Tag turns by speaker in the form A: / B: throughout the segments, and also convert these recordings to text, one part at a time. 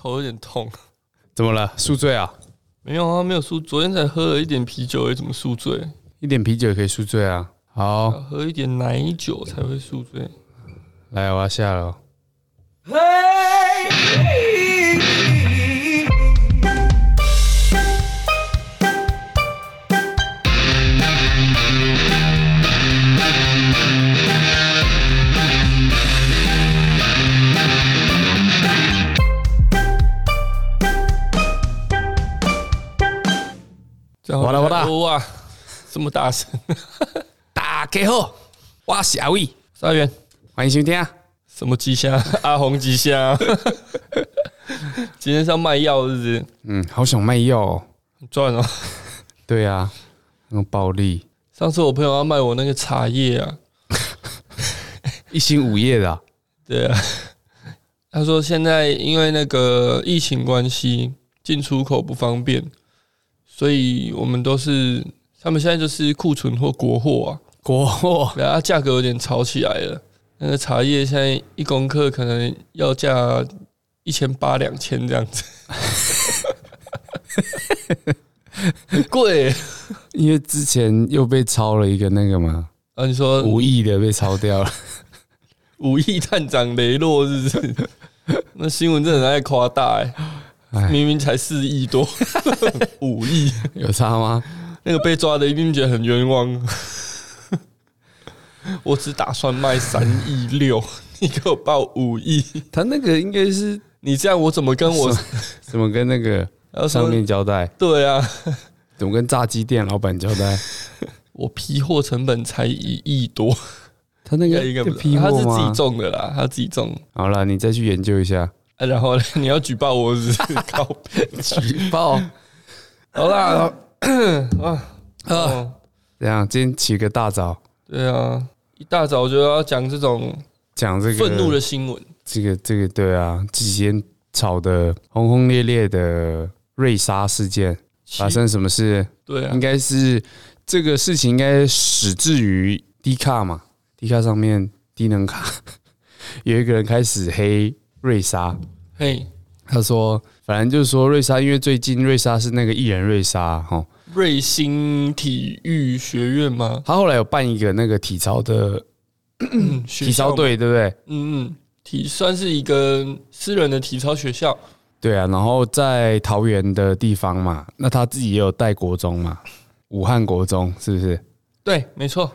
A: 头有点痛。
B: 怎么了？宿醉啊？
A: 没有啊，没有宿，昨天才喝了一点啤酒，怎么宿醉？
B: 一点啤酒也可以宿醉啊？好，
A: 要喝一点奶酒才会宿醉。
B: 来，我要下了哦。
A: 这样
B: 我啦我啦
A: 哇，这么大声！
B: 大家好，我是阿伟，
A: 沙源，
B: 欢迎收听、啊。
A: 什么吉祥？ 阿红吉祥。 今天是要卖药是不是？
B: 嗯，好想卖药、哦。
A: 很赚哦。
B: 对啊，那种暴力，
A: 上次我朋友要卖我那个茶叶啊，
B: 一心五夜的啊、
A: 对啊，他说现在因为那个疫情关系，进出口不方便，所以我们都是他们现在就是库存或国货啊，
B: 国货
A: 对啊，价格有点炒起来了。那个茶叶现在一公克可能要价一千八两千这样子，很贵
B: 因为之前又被抄了一个那个嘛，
A: 啊！你说
B: 无意的被抄掉 了。
A: 武义探长雷洛是不是？那新闻真的很爱夸大哎、
B: 哎
A: 明明才四亿多，五亿，
B: 有差吗？
A: 那个被抓的一定觉得很冤枉。我只打算卖三亿六，你给我报五亿，
B: 他那个应该是
A: 你这样我怎么跟我？
B: 怎么跟那个
A: 然后
B: 上
A: 说
B: 面交代？
A: 对啊，
B: 怎么跟炸鸡店老板交代？
A: 我批货成本才一亿多，
B: 他那个
A: 应该
B: 有
A: 不是
B: 批
A: 他是
B: 货
A: 自己
B: 吗？
A: 种的啦，他自己种。
B: 好了，你再去研究一下。
A: 啊、然后呢， 你要举报我是 不是靠背？
B: 举报。
A: 好啦， 啊
B: 啊，
A: 哦，
B: 这样今天起个大早
A: 对啊，一大早就要讲这种
B: 讲这个
A: 愤怒的新闻。
B: 这个这个对啊，这几天吵得轰轰烈烈的瑞莎事件
A: 其
B: 发生什么事？
A: 对啊
B: 应，该是这个事情应该始至于低卡嘛，低卡上面低能卡 有一个人开始黑瑞莎，
A: 嘿，
B: 他说反正就是说瑞莎，因为最近瑞莎是那个艺人瑞莎哦哈，
A: 瑞星体育学院吗？
B: 他后来有办一个那个体操的
A: 嗯，
B: 体
A: 体
B: 操，队，对不对？
A: 嗯嗯，体算是一个私人的体操学校。
B: 对啊，然后在桃园的地方嘛，那他自己也有带国中嘛， 武汉国中是不是？
A: 对，没错，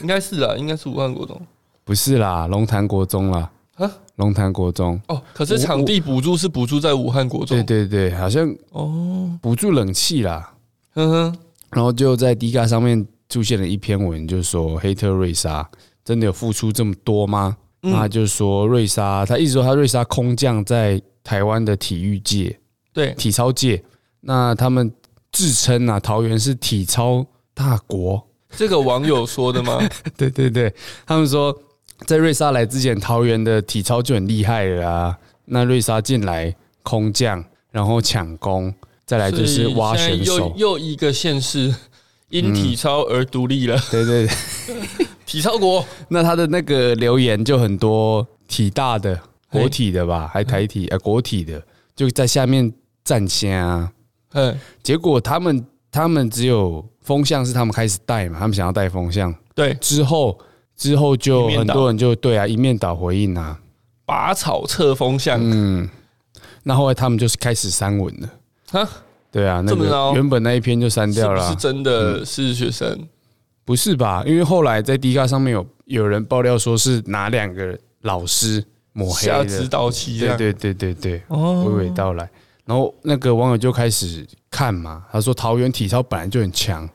A: 应该是啊啦，应该是武汉国中
B: 不是啦，龙潭国中啦，
A: 啊。
B: 龙潭国中。
A: 哦，可是场地补助是补助在武汉国中。
B: 对对对，好像
A: 哦，
B: 补助冷气啦，
A: 哼哼，
B: 然后就在 D 卡上面出现了一篇文，就是说黑特瑞莎真的有付出这么多吗？
A: 嗯
B: 那他就说瑞莎，他一直说他瑞莎空降在台湾的体育界、
A: 对，
B: 体操界，那他们自称啊，桃园是体操大国。
A: 这个网友说的 吗？
B: 对对对，他们说在瑞莎来之前，桃园的体操就很厉害了啊。那瑞莎进来空降，然后抢攻，再来就是挖
A: 所以
B: 选
A: 现在
B: 手
A: 又。又一个县市因体操而独立了，
B: 对对对，
A: 体操国。
B: 那他的那个留言就很多体大的、
A: 嘿
B: 国体的吧，还台体啊、呃国体的就在下面站先啊。
A: 嗯，
B: 结果他们他们只有风向是他们开始带嘛，他们想要带风向
A: 对，
B: 之后之后就
A: 一面
B: 很
A: 倒
B: 多人就对啊一面倒回应啊，
A: 拔草测风向。
B: 嗯，那后来他们就是开始删文了。
A: 哈，
B: 对啊，那
A: 这么
B: 个
A: 糟
B: 原本那一篇就删
A: 是
B: 掉
A: 不
B: 了
A: 是
B: 啊，
A: 真的是学生？
B: 不是吧？因为后来在 D 卡上面有有人爆料说是哪两个老师抹黑
A: 下指
B: 的，
A: 导期这
B: 对
A: 样。
B: 对对对对，娓
A: 哦，
B: 娓道来。然后那个网友就开始看嘛，他说桃园体操本来就很强，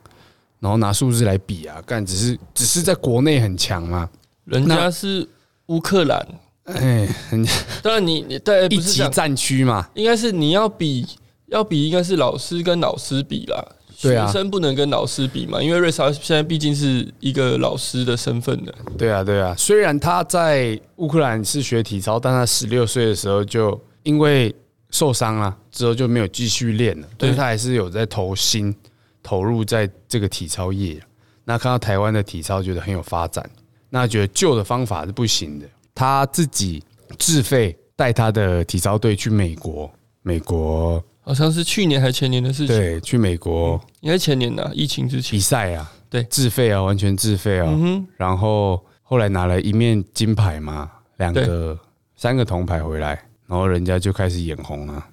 B: 然后拿数字来比啊，干只是只是在国内很强嘛，
A: 人家是乌克兰，
B: 哎，很
A: 当然你你对
B: 一
A: 不是
B: 级
A: 这样，
B: 战区嘛，
A: 应该是你要比要比，应该是老师跟老师比啦。
B: 对啊
A: 学生不能跟老师比嘛，因为瑞莎现在毕竟是一个老师的身份的。
B: 对啊，对啊。虽然他在乌克兰是学体操，但他十六岁的时候就因为受伤了、之后就没有继续练了。但是他还是有在投心投入在这个体操业。那看到台湾的体操，觉得很有发展。那觉得旧的方法是不行的，他自己自费带他的体操队去美国美国，
A: 好像是去年还前年的事情，
B: 对，去美国
A: 应该前年呐、啊疫情之前
B: 比。赛啊，
A: 对
B: 自费啊，完全自费啊，
A: 嗯哼，
B: 然后后来拿了一面金牌嘛，两个、三个铜牌回来，然后人家就开始眼红了、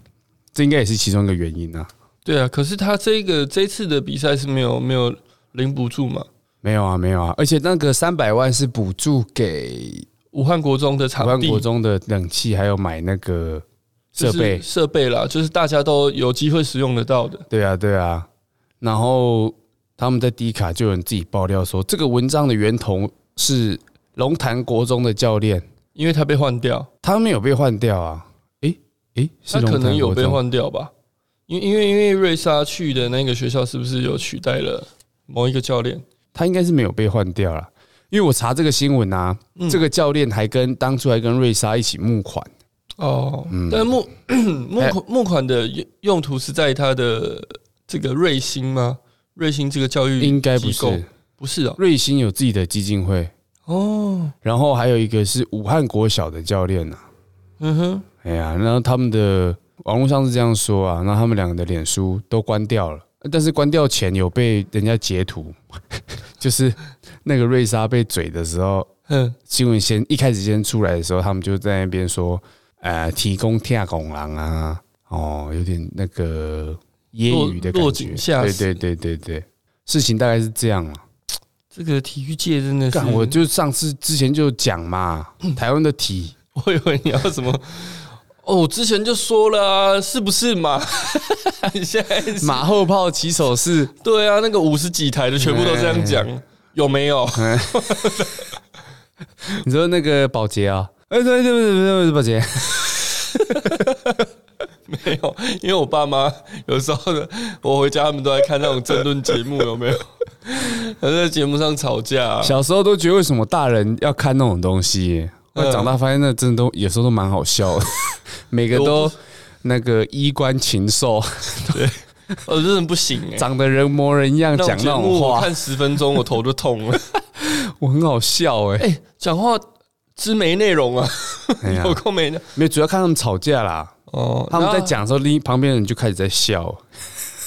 B: 这应该也是其中一个原因啊。
A: 对啊。可是他这个这次的比赛是没有没有零补助嘛？
B: 没有啊，没有啊，而且那个三百万是补助给
A: 武汉国中的
B: 台湾
A: 场地
B: 国中的冷气，还有买那个
A: 就
B: 设
A: 是
B: 备。
A: 设备啦，就是大家都有机会使用得到的。
B: 对啊，对啊。然后他们在低卡就有人自己爆料说，这个文章的源头是龙潭国中的教练，
A: 因为他被换掉，
B: 他没有被换掉啊。诶诶，是
A: 他
B: 龙
A: 可
B: 潭
A: 能有
B: 国
A: 被
B: 中
A: 换掉吧？因因为因为瑞莎去的那个学校是不是有取代了某一个教练？
B: 他应该是没有被换掉了，因为我查这个新闻啊，
A: 嗯
B: 这个教练还跟当初还跟瑞莎一起募款，
A: 哦，
B: 嗯
A: 但募
B: 哎
A: 募款募款的用用途是在他的这个瑞星吗？瑞星这个教育
B: 应该不
A: 嗯机构
B: 是。
A: 不是哦，
B: 瑞星有自己的基金会，
A: 哦，
B: 然后还有一个是武汉国小的教练呐、啊。
A: 嗯哼，
B: 哎呀，然后他们的网络上是这样说啊，那他们两个的脸书都关掉了，但是关掉前有被人家截图， 就是那个瑞莎被嘴的时候，
A: 嗯，
B: 新闻先一开始先出来的时候，他们就在那边说，呃，提供跳拱狼啊，哦，有点那个揶揄的
A: 落
B: 感
A: 落
B: 觉，
A: 井下石
B: 对对对对对，事情大概是这样了。
A: 这个体育界真的是
B: 干，，我就上次之前就 讲嘛，台湾的体，
A: 我以为你要什么？哦，我之前就说了啊，是不是 嘛？你现在是
B: 马后炮起手式，
A: 对啊，那个五十几台的全部都这样讲，
B: 哎
A: 有没
B: 嗯
A: 有？
B: 你说那个保洁啊，哎，对对对对对对，保洁，
A: 啊 没有，因为我爸妈有时候呢，我回家他们都在看那种争论节目，有 没有？他在节目上吵架啊、
B: 小时候都觉得为什么大人要看那种东西耶，
A: 嗯
B: 我长大发现那真的都有时候都蛮好 笑的，每个
A: 我
B: 都
A: 不
B: 那个衣冠禽兽，
A: 我真的不行哎、
B: 长得人模人样，讲
A: 那
B: 那
A: 种节
B: 种
A: 目我
B: 话，
A: 看十分钟，我头就痛 了。
B: 我很好笑哎、
A: 哎、讲话之没内容啊，
B: 哎呀
A: 有够没呢。
B: 没有主要看他们吵架啦，
A: 哦，
B: 他们在
A: 然后
B: 讲的时候，另一旁边的人就开始在笑。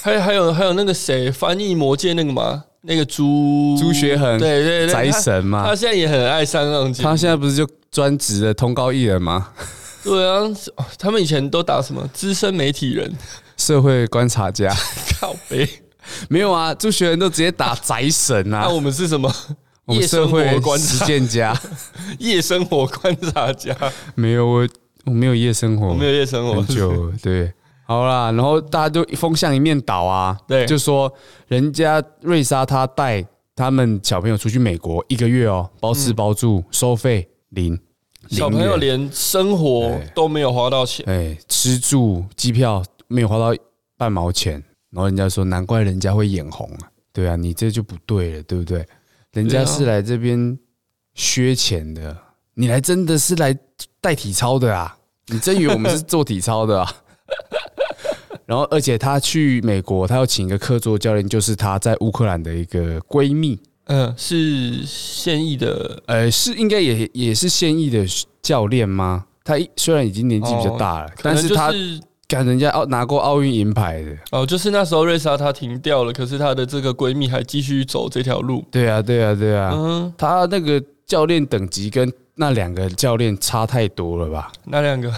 A: 还还有还有那个谁翻译《魔戒》那个嘛，那个朱
B: 朱学恒
A: 对对对，
B: 宅
A: 他
B: 神嘛
A: 他现在也很爱上那种节目
B: 他现在不是就专职的通告艺人 吗？
A: 对啊，他们以前都打什么资深媒体 人，
B: 社会观察家
A: 靠背，
B: 没有啊，朱学仁都直接打宅神
A: 那、
B: 啊，
A: 我们是什么？
B: 我们
A: 夜
B: 社
A: 生
B: 会
A: 活观
B: 实
A: 察，
B: 践 家
A: 夜生活观察家，
B: 没有我我没有夜生活，
A: 我没有夜生活
B: 很，久了对。好啦，然后大家就风向一面倒啊，
A: 对
B: 就说人家瑞莎她带他们小朋友出去美国一个月哦，包吃包住，收费零，
A: 嗯
B: 欸
A: 小朋友
B: 零元
A: 连生活都没有花到钱，
B: 哎，吃住机票没有花到半毛钱，然后人家说难怪人家会眼红啊，对啊，你这就不对了，对不对？人家
A: 对啊
B: 是来这边削钱的，你来真的是来带体操的啊？你真以为我们是做体操的啊？ 然后，而且她去美国，她要请一个客座教练，就是她在乌克兰的一个闺蜜，
A: 嗯，是现役的
B: 呃，是应该也也是现役的教练吗？她一虽然已经年纪比较大了，
A: 哦可
B: 但
A: 能
B: 是
A: 就
B: 她
A: 是
B: 看人家奥拿过奥运银牌的，
A: 哦，就是那时候瑞莎她停掉了，可是她的这个闺蜜还继续走这条路。
B: 对啊，对啊，对啊，
A: 嗯，
B: 他那个教练等级跟那两个教练差太多了吧？
A: 那两个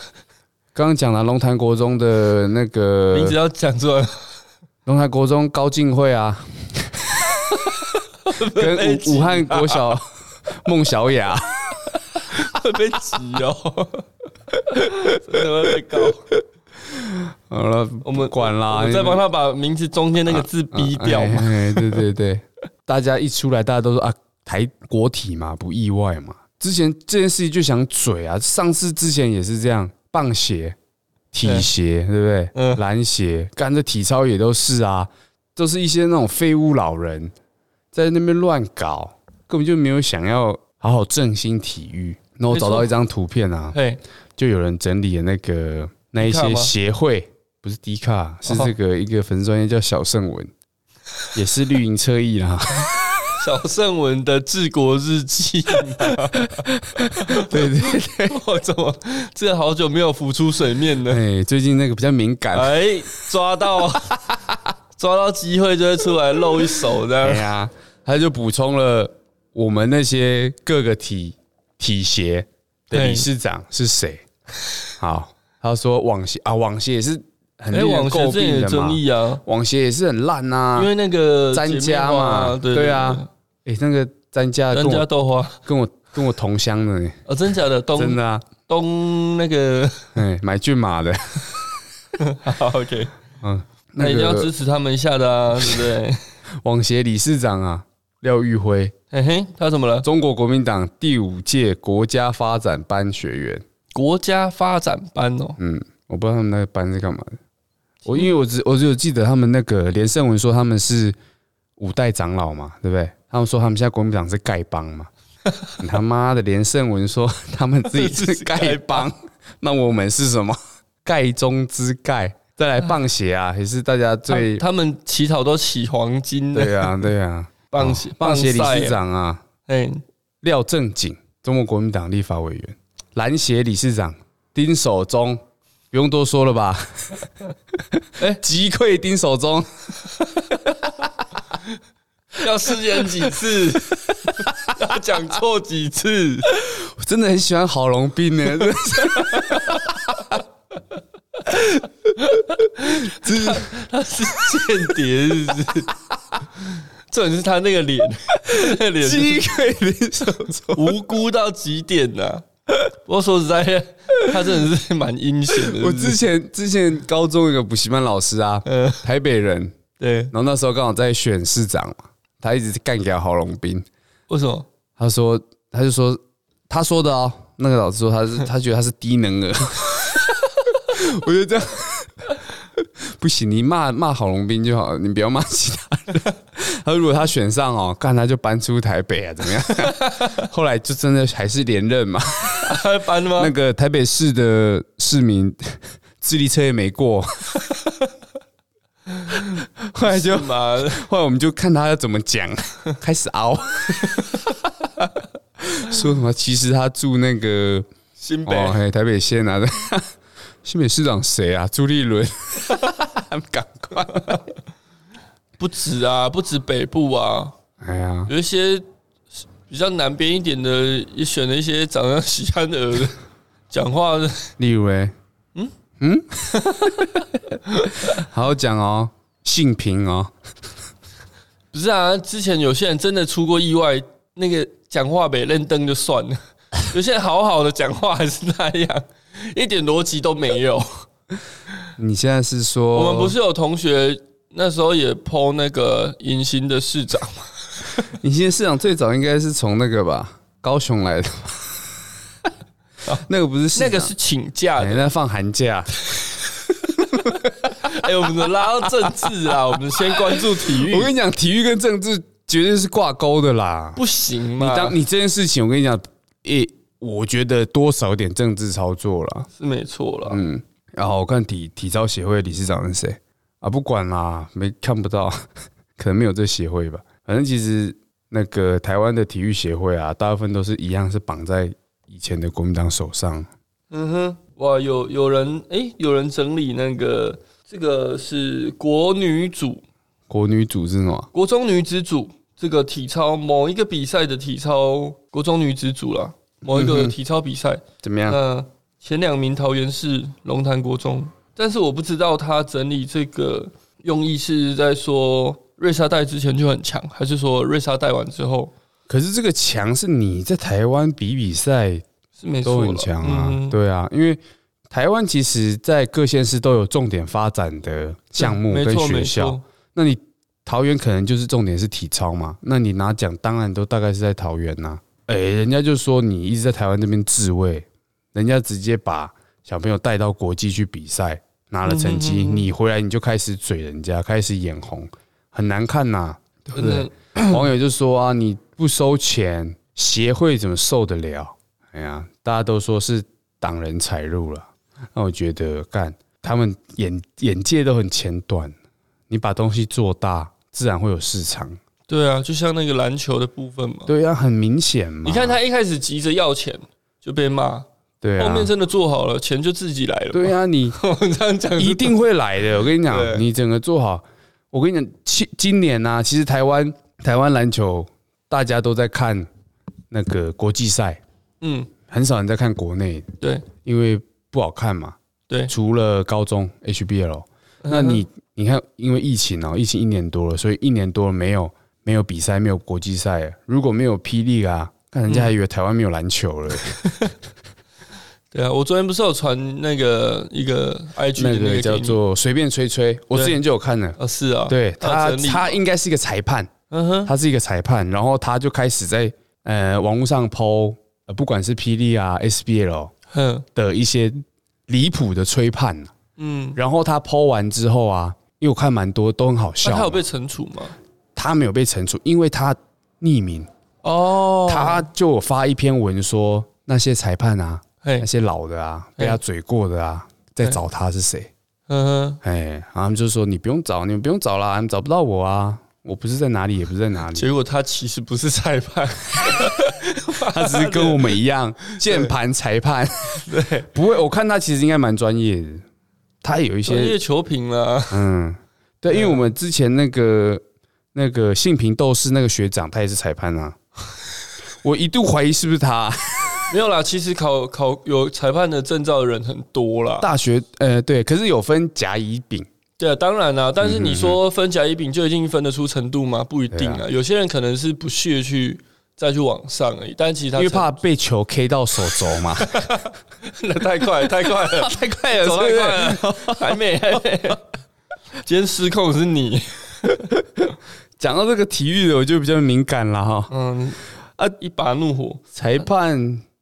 B: 刚刚讲了龙潭国中的那
A: 名字啊
B: 个
A: 要讲出来，
B: 龙潭国中高进会啊，
A: 哎
B: 跟武武汉国小孟小雅，
A: 会被挤哦， 真的会被告。
B: 好了，
A: 我们
B: 管啦
A: 我们再帮他把名字中间那个字逼掉嘛。
B: 啊哎，哎对对对，大家一出来，大家都说啊，台国体嘛，不意外嘛。之前这件事情就想嘴啊，上次之前也是这样，棒鞋、体鞋，对不对？
A: 嗯
B: 篮鞋，干这体操也都是啊，都是一些那种废物老人在那边乱搞，根本就没有想要好好振兴体育。那我找到一张图片啊，
A: 嘿，
B: 就有人整理了那个那一
A: 迪卡
B: 些
A: 吗哦
B: 协会，不是迪卡，是这个一个粉丝专业叫小圣文，也是绿营侧翼啦。
A: 小胜文的治国日记吗？
B: 对对对，
A: 我怎么这好久没有浮出水面呢？
B: 哎，最近那个比较敏感，
A: 哎，抓到啊 抓到机会就会出来露一手这
B: 哎
A: 样。
B: 呀，他就补充了我们那些各个体体协的理事长是谁。好，他说网协啊，网协也是很
A: 哎，
B: 令人
A: 网球
B: 诟
A: 这也
B: 病
A: 有
B: 的
A: 争
B: 嘛，
A: 议啊，
B: 网协也是很烂呐
A: 因。为那个
B: 詹
A: 姐妹
B: 家
A: 花啊
B: 嘛，
A: 对
B: 对啊，，哎，那个詹家
A: 对詹
B: 跟
A: 家
B: 我
A: 豆花
B: 跟我跟我同乡的呢，
A: 哦，真假的
B: 真
A: 东
B: 的啊，
A: 东那个
B: 哎，买骏马的，
A: 好 OK，那
B: 那
A: 一定要
B: 个
A: 支持他们一下的啊，对不对？
B: 网协理事长啊，廖玉辉，
A: 嘿嘿，他怎么了？
B: 中国国民党第五届国家发展班学员。
A: 国家发展班哦，
B: 嗯，我不知道他们那个班是干嘛的。我因为我只我只有记得他们那个连胜文说他们是五代长老嘛，对不对？他们说他们现在国民党是丐帮 嘛。你他妈的，连胜文说 他们自己是丐 帮，那我们是什么？丐中之丐。再来棒鞋啊，也是大家
A: 他
B: 最
A: 他们乞讨都乞黄金的，
B: 对啊对啊，
A: 棒协
B: 棒鞋理
A: 赛
B: 事，长啊，
A: 哎，
B: 廖正景，中国国民党立法委员，篮协理事长丁守中，不用多说了吧？哎、击溃丁守中，
A: 要失言几 次，要讲错几次，
B: 我真的很喜欢郝龙斌呢，真的是
A: 他是间谍，是不是？重点是他那个脸， 那个脸是
B: 击溃丁守中。
A: 无辜到极点呐、不过说实在，他真的是蛮阴险的。
B: 我
A: 是不是
B: 之前之前高中有个补习班老师啊，
A: 呃，
B: 台北人，
A: 对，
B: 然后那时候刚好在选市长嘛，他一直干掉郝龙斌，
A: 为什么？
B: 他说，他就说，他说的哦，那个老师说他是，他觉得他是低能儿。 我觉得这样 不行，你骂骂郝龙斌就好了，你不要骂其他人。 他说如果他选上哦，干他就搬出台北啊，怎么样？ 后来就真的还是连任嘛。
A: 他搬吗
B: 那？个台北市的市民 智力测验没过， 后来就是
A: 吗？
B: 后来我们就看他要怎么 讲，开始熬， 说什么其实他住那个
A: 新北、
B: 哦，嘿，台北县啊， 新北市长谁啊？朱立 伦，赶快！
A: 不止啊，不止北部啊，
B: 哎呀，
A: 有一些比较南边一点的，也选了一些长相喜憨儿的， 讲话的
B: 立委，嗯 嗯，好好讲哦，性平哦，
A: 不是啊。之前有些人真的出过意外，那个讲话没认灯就算了， 有些人好好的讲话还是那样，一点逻辑都没有。
B: 哦你现在是说
A: 我们不是有同学那时候也 PO 那个隐形的市长吗？
B: 你现在市长最早应该是从那个吧，高雄 来的吧，那个不是市
A: 哦
B: 啊
A: 那个
B: 长
A: 是请假
B: 哎
A: 的。
B: 那放寒假。
A: 哎、我们拉到政治啊，我们先关注体
B: 我
A: 育，
B: 跟你讲，体育跟政治绝对是挂钩的啦。嗯
A: 不行
B: 你
A: 嘛？
B: 当你这件事情，我跟你讲，诶、我觉得多少有点政治操作啦。
A: 是没错了。
B: 嗯，然后我看体体操协会理事长是谁啊？不管啦，没看不到， 可能没有这协会吧。反正其实那个台湾的体育协会啊，大部分都是一样是绑在以前的国民党手上。
A: 嗯哼，哇，有有人哎、有人整理那个这个是国女组、
B: 国女组是什么？
A: 国中女子组这个体操某一个比赛的体操国中女子组啦，某一
B: 嗯
A: 个
B: 哼
A: 体操比赛，
B: 怎么样？
A: 那前两名桃园市龙潭国中，但是我不知道他整理这个用意是在说瑞莎带之前就很强，还是说瑞莎带完之后
B: 可是这个强是你在台湾比比赛，
A: 是没错
B: 都
A: 啦
B: 很强啊，
A: 嗯
B: 对啊，因为台湾其实，在各县市都有重点发展的项目
A: 没
B: 跟
A: 错
B: 学
A: 没
B: 校
A: 错。，
B: 那你桃园可能就是重点是体操嘛，那你拿奖当然都大概是在桃园呐、哎、人家就说你一直在台湾这边自卫，人家直接把小朋友带到国际去比赛，拿了成绩，
A: 嗯哼嗯哼
B: 你回来你就开始嘴人家，开始眼红，很难看呐、对不
A: 真
B: 对
A: 的？
B: 网友就说啊，你不收钱，协会怎么受得了？哎呀，大家都说是党人踩入了，那我觉得干他们眼眼界都很浅短，你把东西做大，自然会有市场。
A: 对啊，就像那个篮球的部分嘛。
B: 对呀、很明显嘛。
A: 你看他一开始急着要钱就被骂，
B: 对啊，
A: 后面真的做好了，钱就自己来了。
B: 对、啊，你
A: 我这样讲是
B: 一定会来的。我跟
A: 对
B: 你讲，你整个做好，我跟你讲，今今年呢、其实台湾台湾篮球大家都在看那个国际赛，
A: 嗯，
B: 很少人在看国内，
A: 对
B: 因为不好看嘛。
A: 对。
B: 除了高中 HBL，那你你看，因为疫情哦、疫情一年多了，所以一年多了没有没有比赛，没有国际赛了。如果没有霹雳啊，看人家还以为台湾没有篮球 了。
A: 对啊，我昨天不是有传那个一个 IG 的
B: 那
A: 那个
B: 个叫
A: 给你
B: 做随便吹吹，我之前就有看了。
A: 啊，是啊，
B: 对他，
A: 整理
B: 他应该是一个裁判，
A: 嗯哼，
B: 他是一个裁判，然后他就开始在呃网络上抛，呃，不管是霹雳啊、SBL
A: 哼，
B: 的一些离谱的吹判，啊
A: 嗯，
B: 然后他抛完之后啊，因为我看蛮多都很好笑
A: 那
B: 嘛，
A: 啊他有被惩处吗？
B: 他没有被惩处，因为他匿名，
A: 哦，
B: 他就有发一篇文说那些裁判啊，
A: 嘿
B: 那，些老的啊，被他嘴过的啊，在找他是谁？
A: 嗯哼，
B: 哎，然后他们就说你不用找，你们不用找啦，你们找不到我啊，我不是在哪里，也不是在哪里，
A: 结果他其实不是裁判，
B: 他只是跟我们一样键盘裁判，对，不会，我看他其实应该蛮专业的，他有一
A: 专
B: 些
A: 业球评啦，
B: 嗯，对，因
A: 啊
B: 为我们之前那个那个性平斗士那个学长，他也是裁 判啊，我一度怀疑是不是他。啊
A: 没有啦，其实考考有裁判的证照的人很多啦，
B: 大学呃对，可是有分甲乙丙，
A: 对啊，当然啦，但
B: 嗯
A: 是你说分甲乙丙就一定分得出程度吗？不一定啊，有些人可能是不屑去再去往上而已，但其实他
B: 因为怕被球 K 到手肘嘛。
A: 那 太快了，太快了，太快 了走太快了，还没，还 没。今天失控的是你，
B: 讲到这个体育的，我就比较敏感了哈。
A: 嗯啊
B: 啊，
A: 一把怒火
B: 裁判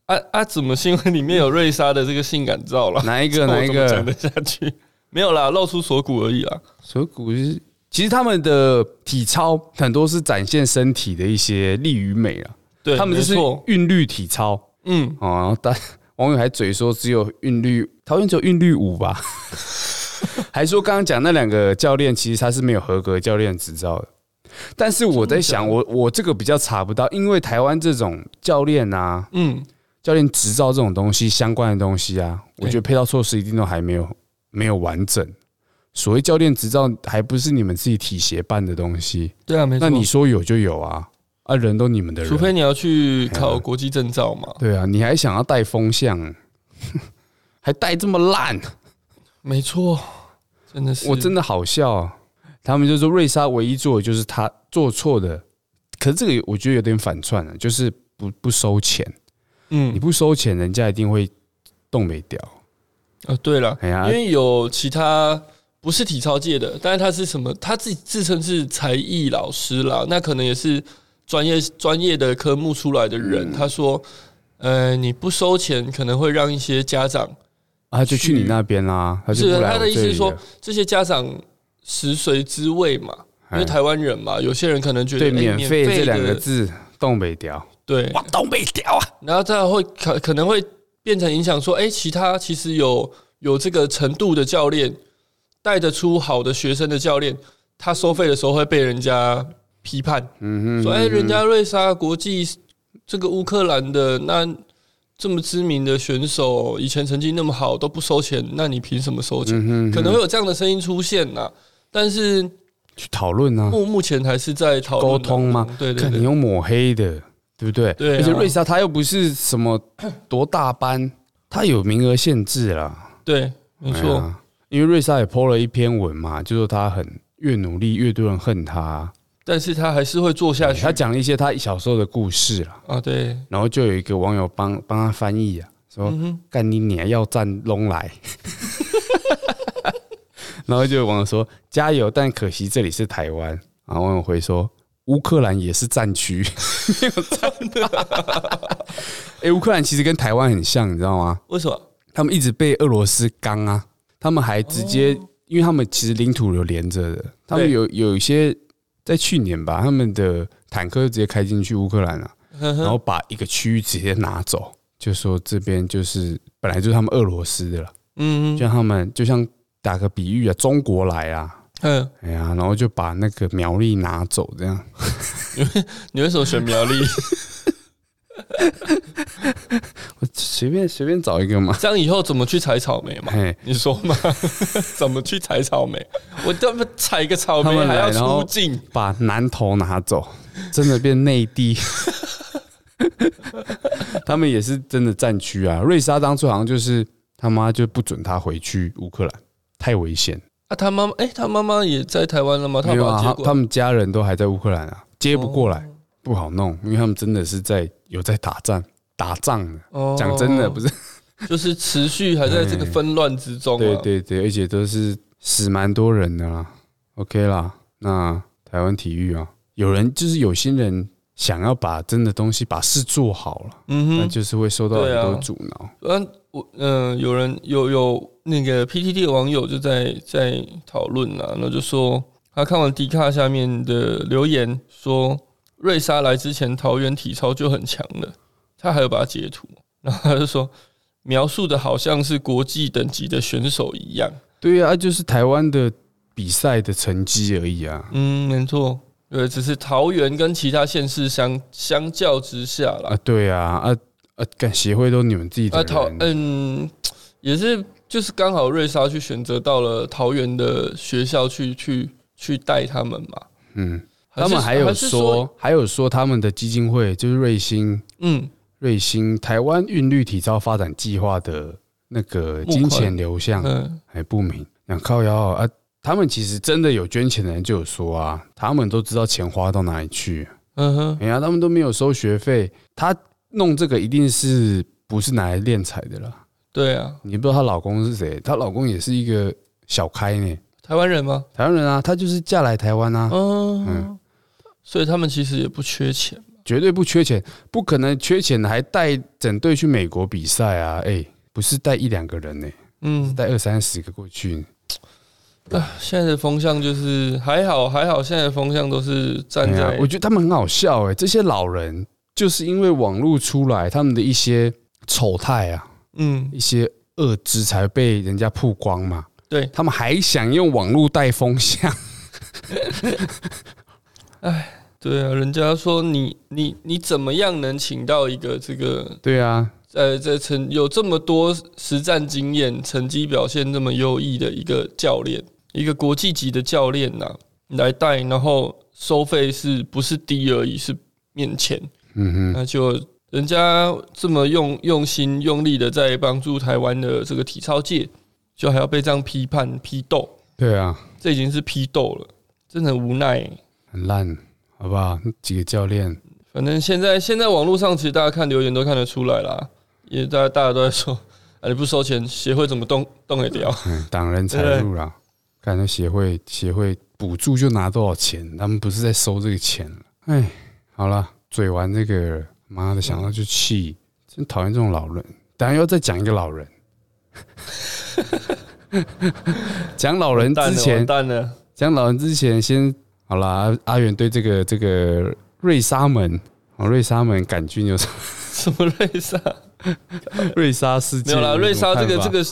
A: 啊啊！怎么新闻里面有瑞莎的这个性感照了？
B: 哪一个
A: 这
B: 哪
A: 我
B: 一
A: 怎么讲
B: 个
A: 得下去？没有啦，露出锁骨而已啊啦。
B: 锁骨是？其实他们的体操很多是展现身体的一些力与美啊，
A: 对，
B: 他们就是
A: 没错
B: 韵律体操
A: 嗯，
B: 哦。然后大网友还嘴说只有韵律，桃园只有韵律 舞吧，还说刚刚讲那两个教练其实他是没有合格教练执照的。但是我在想，我我这个比较查不到，因为台湾这种教练啊，
A: 嗯，
B: 教练执照这种东西相关的东西啊，
A: 对
B: 我觉得配套措施一定都还没有没有完整。所谓教练执照，还不是你们自己体协办的东西？
A: 对啊，没错。
B: 那你说有就有啊，啊，人都你们的人，
A: 除非你要去
B: 嗯
A: 考国际证照嘛，
B: 对啊，你还想要带风向， 还带这么烂，
A: 没错，真的是
B: 我真的好笑、啊。他们就说瑞莎唯一做的就是他做错的，可是这个我觉得有点反串了、啊，就是不不收钱，你
A: 嗯
B: 不收钱，人家一定会动没掉。
A: 啊，对了，
B: 哎呀
A: 因，为有其他不是体操界的，但是他是什么？他自己自称是才艺老师啦，那可能也是专业专业的科目出来的人。
B: 嗯
A: 他说，呃，你不收钱可能会让一些家长，
B: 啊，他就去你
A: 去
B: 那边啦，他就是不来
A: 他的
B: 我
A: 意思
B: 这
A: 是
B: 里
A: 说
B: 了，
A: 这些家长食髓知味嘛，因为
B: 哎
A: 台湾人嘛，有些人可能觉得
B: 对“
A: 哎
B: 免费”
A: 的
B: 这两个字，东北调，
A: 对，
B: 东北调啊，
A: 然后他会可可能会变成影响说，哎、其他其实有有这个程度的教练带得出好的学生的教练，他收费的时候会被人家批判，
B: 嗯哼，
A: 说，哎、人家瑞莎国际这个乌克兰的那这么知名的选手，以前成绩那么好都不收钱，那你凭什么收钱？
B: 嗯哼，
A: 可能会有这样的声音出现呐、但是
B: 去讨论啊，
A: 目目前还是在讨论
B: 沟通吗
A: 当中？对对
B: 看你
A: 对，
B: 用抹黑的，对不对？
A: 对啊
B: 而且瑞莎她又不是 什么多大班，她有名额限制啦，
A: 对，没
B: 哎
A: 错，
B: 呀，因为瑞莎也 PO 了一篇文嘛，就说她很越努力越多人恨她，
A: 但是他还是会做下去。
B: 她讲了一些她小时候的故事啦，
A: 啊，对，
B: 然后就有一个网友帮帮她翻译啊，说
A: 嗯哼。
B: 干你娘要站拢来。 然后就有网友说加油，但可惜这里是台湾。然后网友回说乌克兰也是战区，没有站 的。哎、乌克兰其实跟台湾很像，你知道吗？
A: 为什么？
B: 他们一直被俄罗斯刚啊，他们还直接，因为他们其实领土有连着的，他们
A: 哦对
B: 有有一些在去年吧，他们的坦克就直接开进去乌克兰了、啊
A: 呵
B: 然
A: 呵
B: 后把一个区域直接拿走，就说这边就是本来就是他们俄罗斯的了，
A: 嗯
B: 就像他们就像打个比喻啊，中国来啊，
A: 嗯，
B: 哎呀，然后就把那个苗栗拿走，这样
A: 你为什么选苗
B: 嗯
A: 栗？
B: 我随便随便找一个嘛。
A: 这样以后怎么去采草莓嘛？
B: 哎，
A: 你说嘛？ 怎么去采草莓？我他妈采个草
B: 他
A: 莓
B: 们
A: 还
B: 来
A: 要
B: 然后
A: 出境，
B: 把南投拿走，真的变内地。 他们也是真的战区啊！瑞莎当初好像就是他妈就不准他回去乌克兰，太危险。
A: 啊，他妈妈，哎、他妈妈也在台湾了吗？他
B: 没有
A: 把
B: 啊
A: 他接，
B: 他
A: 过来
B: 他们家人都还在乌克兰啊，接不过来，
A: 哦
B: 不好弄，因为他们真的是在有在打仗打仗的。
A: 哦
B: 讲真的，不是，
A: 就是持续还在这个
B: 哎
A: 纷乱之中、啊。
B: 对对对，而且都是死蛮多人的啦。OK 啦，那台湾体育啊，有人就是有心人想要把真的东西把事做好了，那
A: 嗯哼，
B: 就是会受到很
A: 对啊
B: 多阻挠。
A: 嗯、我嗯、有人有有那个 PTT 的网友就在在讨论啊，那就说他看完迪卡下面的留言说，瑞莎来之前桃园体操就很强了，他还有把它截图，然后他就说描述的好像是国际等级的选手一样。
B: 对啊，就是台湾的比赛的成绩而已啊。
A: 嗯，没错，对，只是桃园跟其他县市相相较之下啦，
B: 啊，对啊，啊啊，干协会都你们自己
A: 啊，
B: 的
A: 桃
B: 人，
A: 嗯，也是就是刚好瑞莎去选择到了桃园的学校去去去带他们嘛。
B: 嗯。
A: 是
B: 他们还有
A: 是
B: 说，还有说他们的基金会就是瑞星
A: 嗯，
B: 瑞星台湾韵律体操发展计划的那个
A: 募款
B: 金钱流向
A: 嗯
B: 还不明，想靠腰啊。他们其实真的有捐钱的人就有说啊，他们都知道钱花到哪里去，
A: 嗯哼，
B: 哎呀，他们都没有收学费，他弄这个一定是不是拿来敛财的啦？
A: 对啊，
B: 你不知道她老公是谁，她老公也是一个小开呢，
A: 台湾人吗？
B: 台湾人啊，她就是嫁来台湾啊，
A: 嗯，
B: 嗯
A: 所以他们其实也不缺钱。
B: 绝对不缺钱，不可能缺钱还带整队去美国比赛啊！哎、不是带一两个人呢、
A: 嗯，
B: 带二三十个过去，
A: 啊，现在的风向就是还好还好，现在的风向都是
B: 哎
A: 站
B: 呀
A: 在
B: 我觉得他们很好笑哎、这些老人就是因为网络出来，他们的一些丑态啊，
A: 嗯
B: 一些恶知才被人家曝光嘛，
A: 对
B: 他们还想用网络带风向，
A: 对啊，人家说你你你怎么样能请到一个这个
B: 对啊，
A: 呃，这成有这么多实战经验、成绩表现这么优异的一个教练，一个国际级的教练呐、来带，然后收费是不是低而已，是面前，
B: 嗯哼，
A: 那就人家这么用用心用力的在帮助台湾的这个体操界，就还要被这样批判批斗，
B: 对啊，
A: 这已经是批斗了，真的很无奈欸、
B: 很烂，好不好？几个教练，
A: 反正现在现在网络上其实大家看留言都看得出来啦，也大家大家都在说，啊你不收钱，协会怎么动动得掉？
B: 嗯，党人财路啦。看那协会协会补助就拿多少钱，他们不是在收这个钱了。哎，好了，嘴完这个，妈的，想到就气，真讨厌这种老人。等下又再讲一个老人， 讲老人
A: 蛋
B: 之
A: 了，完
B: 前，
A: 蛋了，
B: 讲老人之前先好啦。阿阿远对这个这个瑞沙门。哦，瑞沙门杆菌有什么？
A: 什么瑞莎？
B: 瑞沙世
A: 没
B: 界
A: 有啦，
B: 有
A: 瑞
B: 什么
A: 莎这个
B: 看法
A: 这个，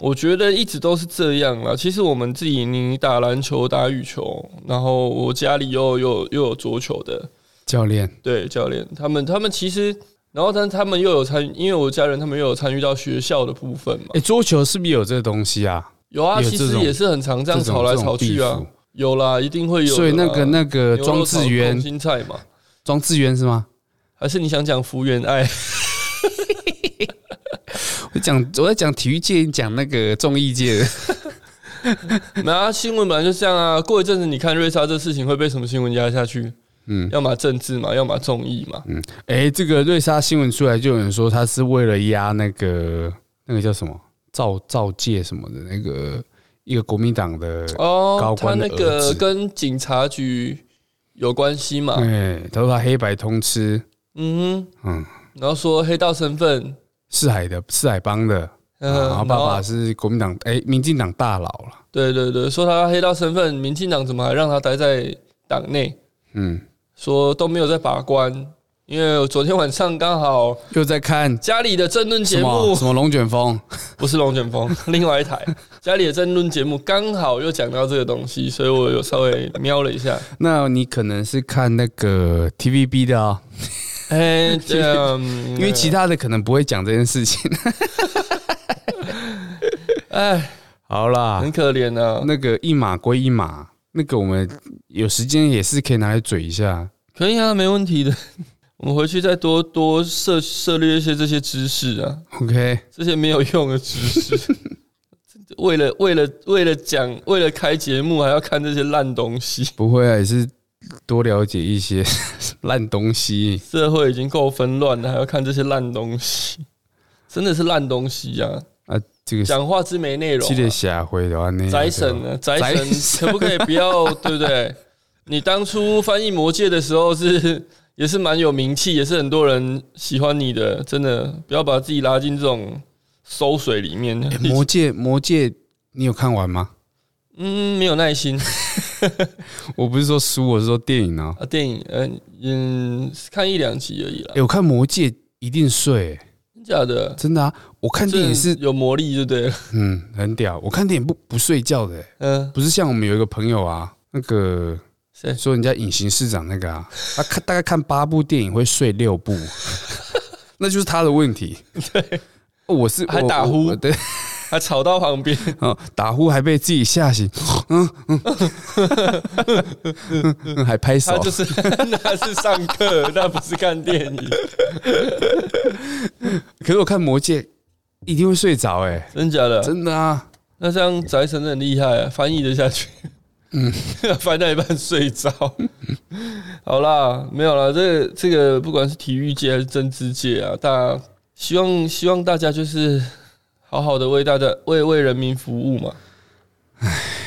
A: 我觉得一直都是这样啦。其实我们自己你打篮球、打羽球，然后我家里又又又有桌球的，
B: 教练，
A: 对教练他们他们其实，然后但他们又有参与，因为我家人他们又有参与到学校的部分嘛。
B: 哎、桌球是不是有这个东西啊？
A: 有啊，
B: 有
A: 其实
B: 这种
A: 也是很常这样
B: 种
A: 吵来
B: 这种
A: 吵去啊
B: beef。
A: 有啦，一定会有的啦。
B: 所以那个那个庄智渊，
A: 新菜嘛，
B: 庄智渊是吗？
A: 还是你想讲福原 爱？
B: 我讲我在讲体育界，你讲那个综艺界的，
A: 那、啊、新闻本来就这样啊。过一阵子，你看瑞莎这事情会被什么新闻压下去？
B: 嗯，
A: 要么政治嘛，要么综艺嘛。
B: 哎、这个瑞莎新闻出来，就有人说他是为了压那个那个叫什么赵赵介什么的那个一个国民党的，高
A: 哦，他
B: 官的
A: 那个
B: 儿子
A: 跟警察局有关系嘛
B: 哎、？他说他黑白通吃，
A: 嗯哼，
B: 嗯，
A: 然后说黑道身份，
B: 四海的四海帮的，啊
A: 嗯、
B: 呃然后
A: 然
B: 爸爸
A: 后
B: 是国民党哎、民进党大佬了，
A: 对对对，说他黑道身份，民进党怎么还让他待在党内？
B: 嗯，
A: 说都没有在把关，因为我昨天晚上刚好
B: 又在看
A: 家里的政论
B: 什
A: 节
B: 么
A: 目
B: 什么龙卷风，
A: 不是龙卷风，另外一台家里的争论节目刚好又讲到这个东西，所以我有稍微瞄了一 下。
B: 那你可能是看那个 TVB 的哦，
A: 哎，这样，因
B: 因为其他的可能不会讲这件事情。
A: 哎，
B: 好啦
A: 很，可怜啊。
B: 那个一码归一码，那个我们有时间也是可以拿来嘴一下。
A: 可以啊，没问题的。 我们回去再多多涉涉猎一些这些知识啊，
B: OK，
A: 这些没有用的知识。 为了为了为了讲，为了开节目还要看这些烂东西，
B: 不会啊，也是多了解一些 烂东西。
A: 社会已经够纷乱了，还要看这些烂东西，真的是烂东西呀、啊！
B: 这个
A: 讲话之没内容、
B: 系列
A: 啊。
B: 下回的话，那
A: 宅神呢？宅
B: 宅
A: 神
B: 神
A: 可不可以不 要？对不对？你当初翻译《魔戒》的时候是 也是蛮有名气，也是很多人喜欢你的。真的，不要把自己拉进这种馊水里面。
B: 诶哎魔戒魔戒，你有看完吗？
A: 嗯，没有耐心
B: 我不是说书，我是说电影啊。
A: 啊。电影，嗯嗯，看一两集而已啦
B: 哎、。我看魔戒一定睡、
A: 真假的？
B: 真的啊！我看电影是
A: 这有魔力，就对了。
B: 嗯很屌，我看电影不不睡觉的、欸，
A: 嗯，
B: 不是像我们有一个朋友啊，那个
A: 谁？
B: 说人家隐形市长那个啊，他看大概看八部电影会睡六部，那就是他的问题。对，我是
A: 还
B: 我
A: 打呼
B: 我对，
A: 还吵到旁 边，
B: 哦，打呼还被自己吓醒，嗯嗯嗯嗯，还拍手
A: 他，就是 那是上课， 那不是看电影。
B: 可是我看《魔戒》一定会睡着，哎，
A: 真假的？
B: 真的啊，
A: 那这样宅神很厉害、啊，翻译的下去。嗯， 翻到一半睡着。好啦，没有啦，这个这个不管是体育界还是政治界啊，大家希望希望大家就是好好的为大家为为人民服务嘛。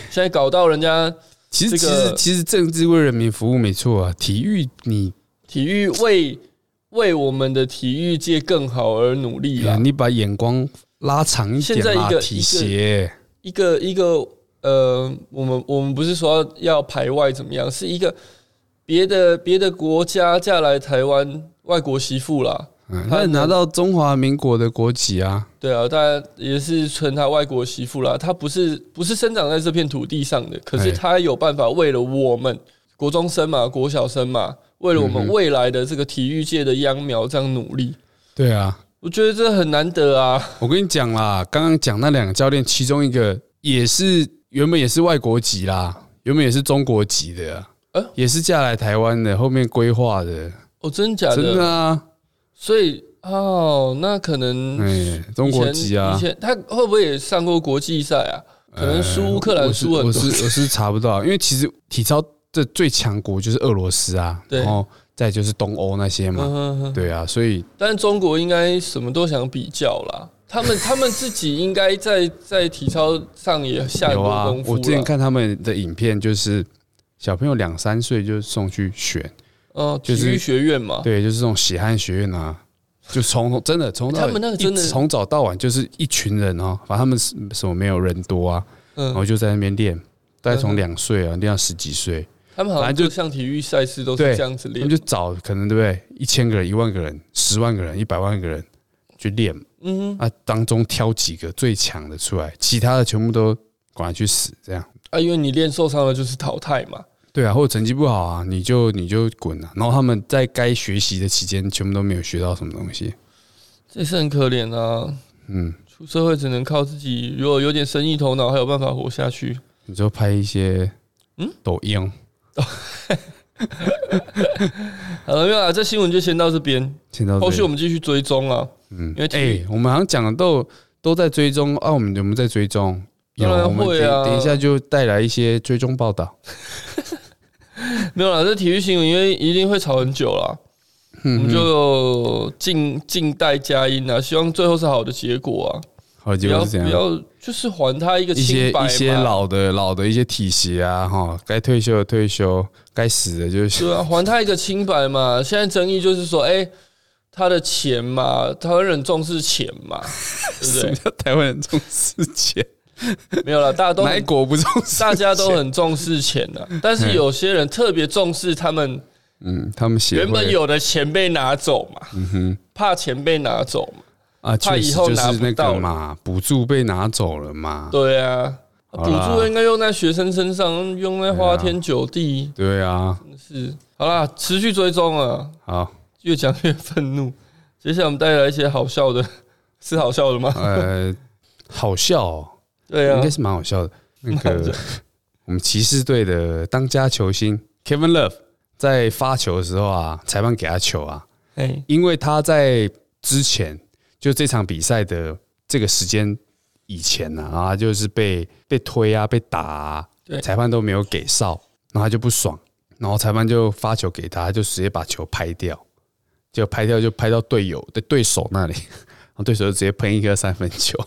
A: 现在搞到人家
B: 其
A: 这
B: 实其
A: 个
B: 实其实政治为人民服务没错啊，体育你
A: 体育为为我们的体育界更好而努力啦，
B: 你把眼光拉长一
A: 现在
B: 点
A: 一
B: 啦
A: 个，
B: 体协
A: 一个一个呃，我们我们不是说要排外怎么样，是一个别的别的国家嫁来台湾外国媳妇啦，
B: 嗯，
A: 他
B: 他
A: 们
B: 拿到中华民国的国籍啊，
A: 对啊，大家也是称她外国媳妇啦，她不是不是生长在这片土地上的，可是
B: 哎
A: 她有办法为了我们国中生嘛、国小生嘛，为了我们
B: 嗯哼
A: 未来的这个体育界的秧苗这样努力，
B: 对啊，
A: 我觉得这很难得啊，
B: 我跟你讲啦，刚刚讲那两个教练，其中一个也是原本也是外国籍啦，原本也是中国籍的啊、
A: 呃
B: 也是嫁来台湾的，后面规划的，
A: 哦，真假的，
B: 真的啊，
A: 所以哦，那可能
B: 哎，中国籍啊
A: 嗯以，前以前他会不会也上过国际赛啊？可能输乌克兰
B: 我是
A: 输很
B: 我
A: 多
B: 是，我是查不到，因为其实体操的最强国就是俄罗斯啊，
A: 对
B: 然后再就是东欧那些嘛，
A: 嗯哼哼
B: 对啊，所以
A: 但是中国应该什么都想比较啦。他 们他们自己应该在在体操上也下很
B: 有
A: 多
B: 啊
A: 功，夫
B: 我之前
A: 了。
B: 看他们的影片，就是小朋友两三岁就送去选，
A: 哦，体
B: 就是
A: 育学院嘛，
B: 对，就是这种血汗学院啊，就从头真的从到
A: 他们那个真的
B: 一从早到晚就是一群人哦，反正他们是什么没有人多啊，然
A: 嗯，
B: 后就在那边练，大概
A: 嗯哼
B: 从两岁啊练到十几岁，
A: 他们好像
B: 反正
A: 就
B: 就
A: 像体育赛事都是
B: 对
A: 这样子
B: 他
A: 练
B: 们。就找可能对不对，一千个人、一万个人、十万个人、一百万个人去练
A: 嗯哼，
B: 啊，当中挑几个最强的出来，其他的全部都管他去死这样。
A: 啊，因为你练受伤了就是淘汰嘛。
B: 对啊，或者成绩不好啊，你就你就滚啊。然后他们在该学习的期间，全部都没有学到什么东西。
A: 这也是很可怜啊。
B: 嗯，
A: 出社会只能靠自己，如果有点生意头脑，还有办法活下去。
B: 你就拍一些
A: 嗯
B: 嗯抖音，
A: 好了，没有啊，这新闻就先到这边。
B: 现在
A: 后续我们继续追踪啊，
B: 嗯
A: 因为体
B: 哎、
A: 育
B: 我们好像讲的都都在追踪啊，我们有没有在追踪？有，
A: 当然
B: 我们
A: 会
B: 等
A: 啊
B: 等一下就带来一些追踪报道。
A: 没有啦，这体育新闻因为一定会吵很久啦，我
B: 嗯
A: 们
B: 哼，
A: 就静静待佳音啊，希望最后是好的结果啊，
B: 好，
A: 不
B: 结
A: 要
B: 果是
A: 不
B: 这样。
A: 要就是还他一个
B: 一些
A: 清白嘛
B: 一些老的老的一些体系啊，哈，该退休的退休，该死的就是
A: 对啊，还他一个清白嘛。现在争议就是说，哎、他的钱嘛，台湾人重视钱 嘛，对不
B: 什么叫 台湾人重视钱？
A: 对？没有啦，大家都
B: 哪一
A: 很
B: 国不重视钱？
A: 大家都很重视钱的、但是有些人特别重视他们
B: 嗯，他们协会嗯
A: 原本有的钱被拿走嘛，怕钱被拿走嘛。
B: 啊，
A: 怕
B: 确
A: 以
B: 实
A: 后
B: 就
A: 拿
B: 是
A: 不
B: 那
A: 到
B: 个嘛，补助被拿走了嘛。
A: 对啊，
B: 好
A: 补
B: 啦
A: 助应该用在学生身上，用在花天酒地。
B: 对啊，
A: 是，好啦，持续追踪啊，
B: 好，
A: 越讲越愤怒。接下来我们带来一些好笑的，是好笑的吗？
B: 呃， 好笑、哦，
A: 对
B: 应
A: 啊
B: 该，是蛮好笑的。那个我们骑士队的当家球星 Kevin Love 在发球的时候啊，裁判给他球啊，
A: 哎，
B: 因为他在之前就这场比赛的这个时间以前呢、啊，然后他就是被被推啊、被打、啊
A: 对，
B: 裁判都没有给哨，然后他就不爽，然后裁判就发球给他，他就直接把球拍掉，结果拍掉就拍到队友的对手那里，然后对手就直接喷一颗三分球，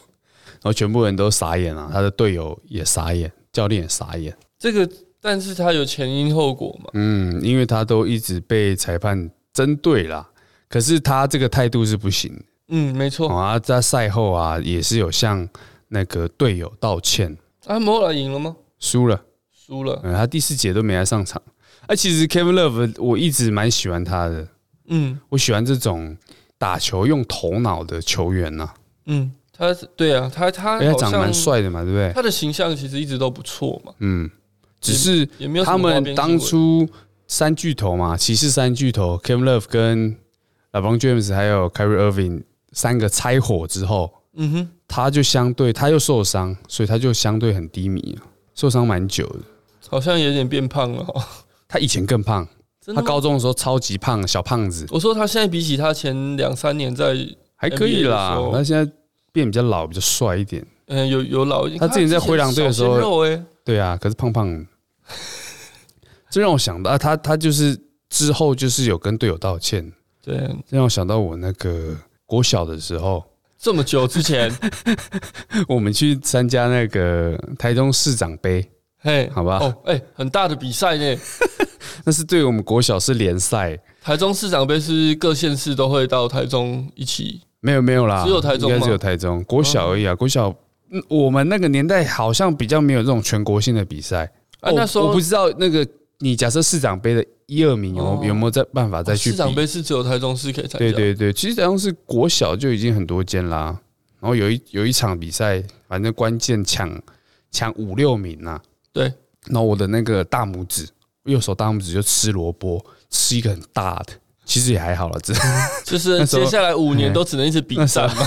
B: 然后全部人都傻眼了、啊他的队友也傻眼，教练也傻眼，
A: 这个，但是它有前因后果嘛？
B: 嗯，因为他都一直被裁判针对啦。可是他这个态度是不行的
A: 嗯，没错。
B: 啊，在赛后啊，也是有向那个队友道歉，
A: 啊，莫拉赢了吗？
B: 输了。
A: 输了。
B: 嗯，他第四节都没来上场。哎、其实 Kevin Love 我一直蛮喜欢他的，
A: 嗯
B: 我喜欢这种打球用头脑的球员呐、
A: 嗯，他是对啊，他他
B: 而哎且他
A: 好
B: 长得蛮
A: 像
B: 帅的嘛，对不对？
A: 他的形象其实一直都不错嘛，
B: 嗯，只是
A: 也没有什
B: 他
A: 么花
B: 们
A: 边新
B: 当
A: 闻
B: 初三巨头嘛，骑士三巨头 Kevin Love 跟 LeBron James 还有 Kyrie Irving 三个拆伙之后，
A: 嗯哼，
B: 他就相对他又受伤，所以他就相对很低迷啊，受伤蛮久的。
A: 好像有点变胖了、哦。
B: 他以前更胖，
A: 真
B: 他
A: 的吗，
B: 高中的时候超级胖，小胖子
A: 我说他现在比起他前两三年在，
B: 还可以
A: NBA 的
B: 啦
A: 时候。
B: 他现在变比较老，比较帅一点。
A: 嗯、有有老一点。
B: 他之前在灰狼队的时
A: 小
B: 候
A: 鲜肉哎、
B: 对啊，可是胖胖的， 这让我想到啊，他他就是之后就是有跟队友道歉，
A: 对，
B: 这让我想到我那个国小的时候，
A: 这么久之前，
B: 我们去参加那个台中市长杯，
A: 嘿，
B: 好吧
A: 哦，哎、很大的比赛呢。
B: 那是对我们国小是联赛，
A: 台中市长杯是不是各县市都会到台中一起，
B: 没有没有啦，
A: 只有台中吗
B: 应该只有台中国小而已啊，国小。嗯我们那个年代好像比较没有这种全国性的比赛，
A: 啊
B: 哦
A: 那时候
B: 我不知道那个你假设市长杯的一二名有、
A: 哦
B: 有没有在办法再去
A: 市
B: 比？
A: 长杯是只有台中市可以参加。
B: 对对对，其实台中是国小就已经很多间啦。然后有一有一场比赛，反正关键抢抢五六名呐、
A: 对。
B: 然后我的那个大拇指，右手大拇指就吃萝卜，吃一个很大的，其实也还好了。只
A: 就是
B: 那时候
A: 接下来五年都只能一直比赛嘛。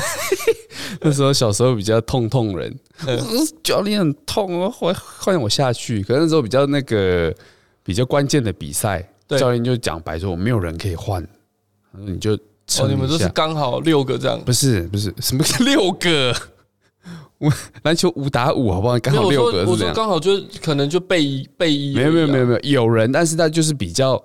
B: 那时候小时候比较痛痛人，
A: 嗯
B: 教练很痛哦，换换我下去。可是那时候比较那个比较关键的比赛，
A: 对
B: 教练就讲白说我没有人可以换，他说你就
A: 哦，
B: 撑
A: 你们
B: 一
A: 都是
B: 下。
A: 刚好六个这样。
B: 不是不是什么六个，我篮球五打五好不好？刚
A: 没有
B: 好
A: 我
B: 六个
A: 说，
B: 是
A: 我
B: 这
A: 说
B: 样。
A: 刚好就可能就备一备一而已啊。
B: 没有没有没有没有有人，但是他就是比较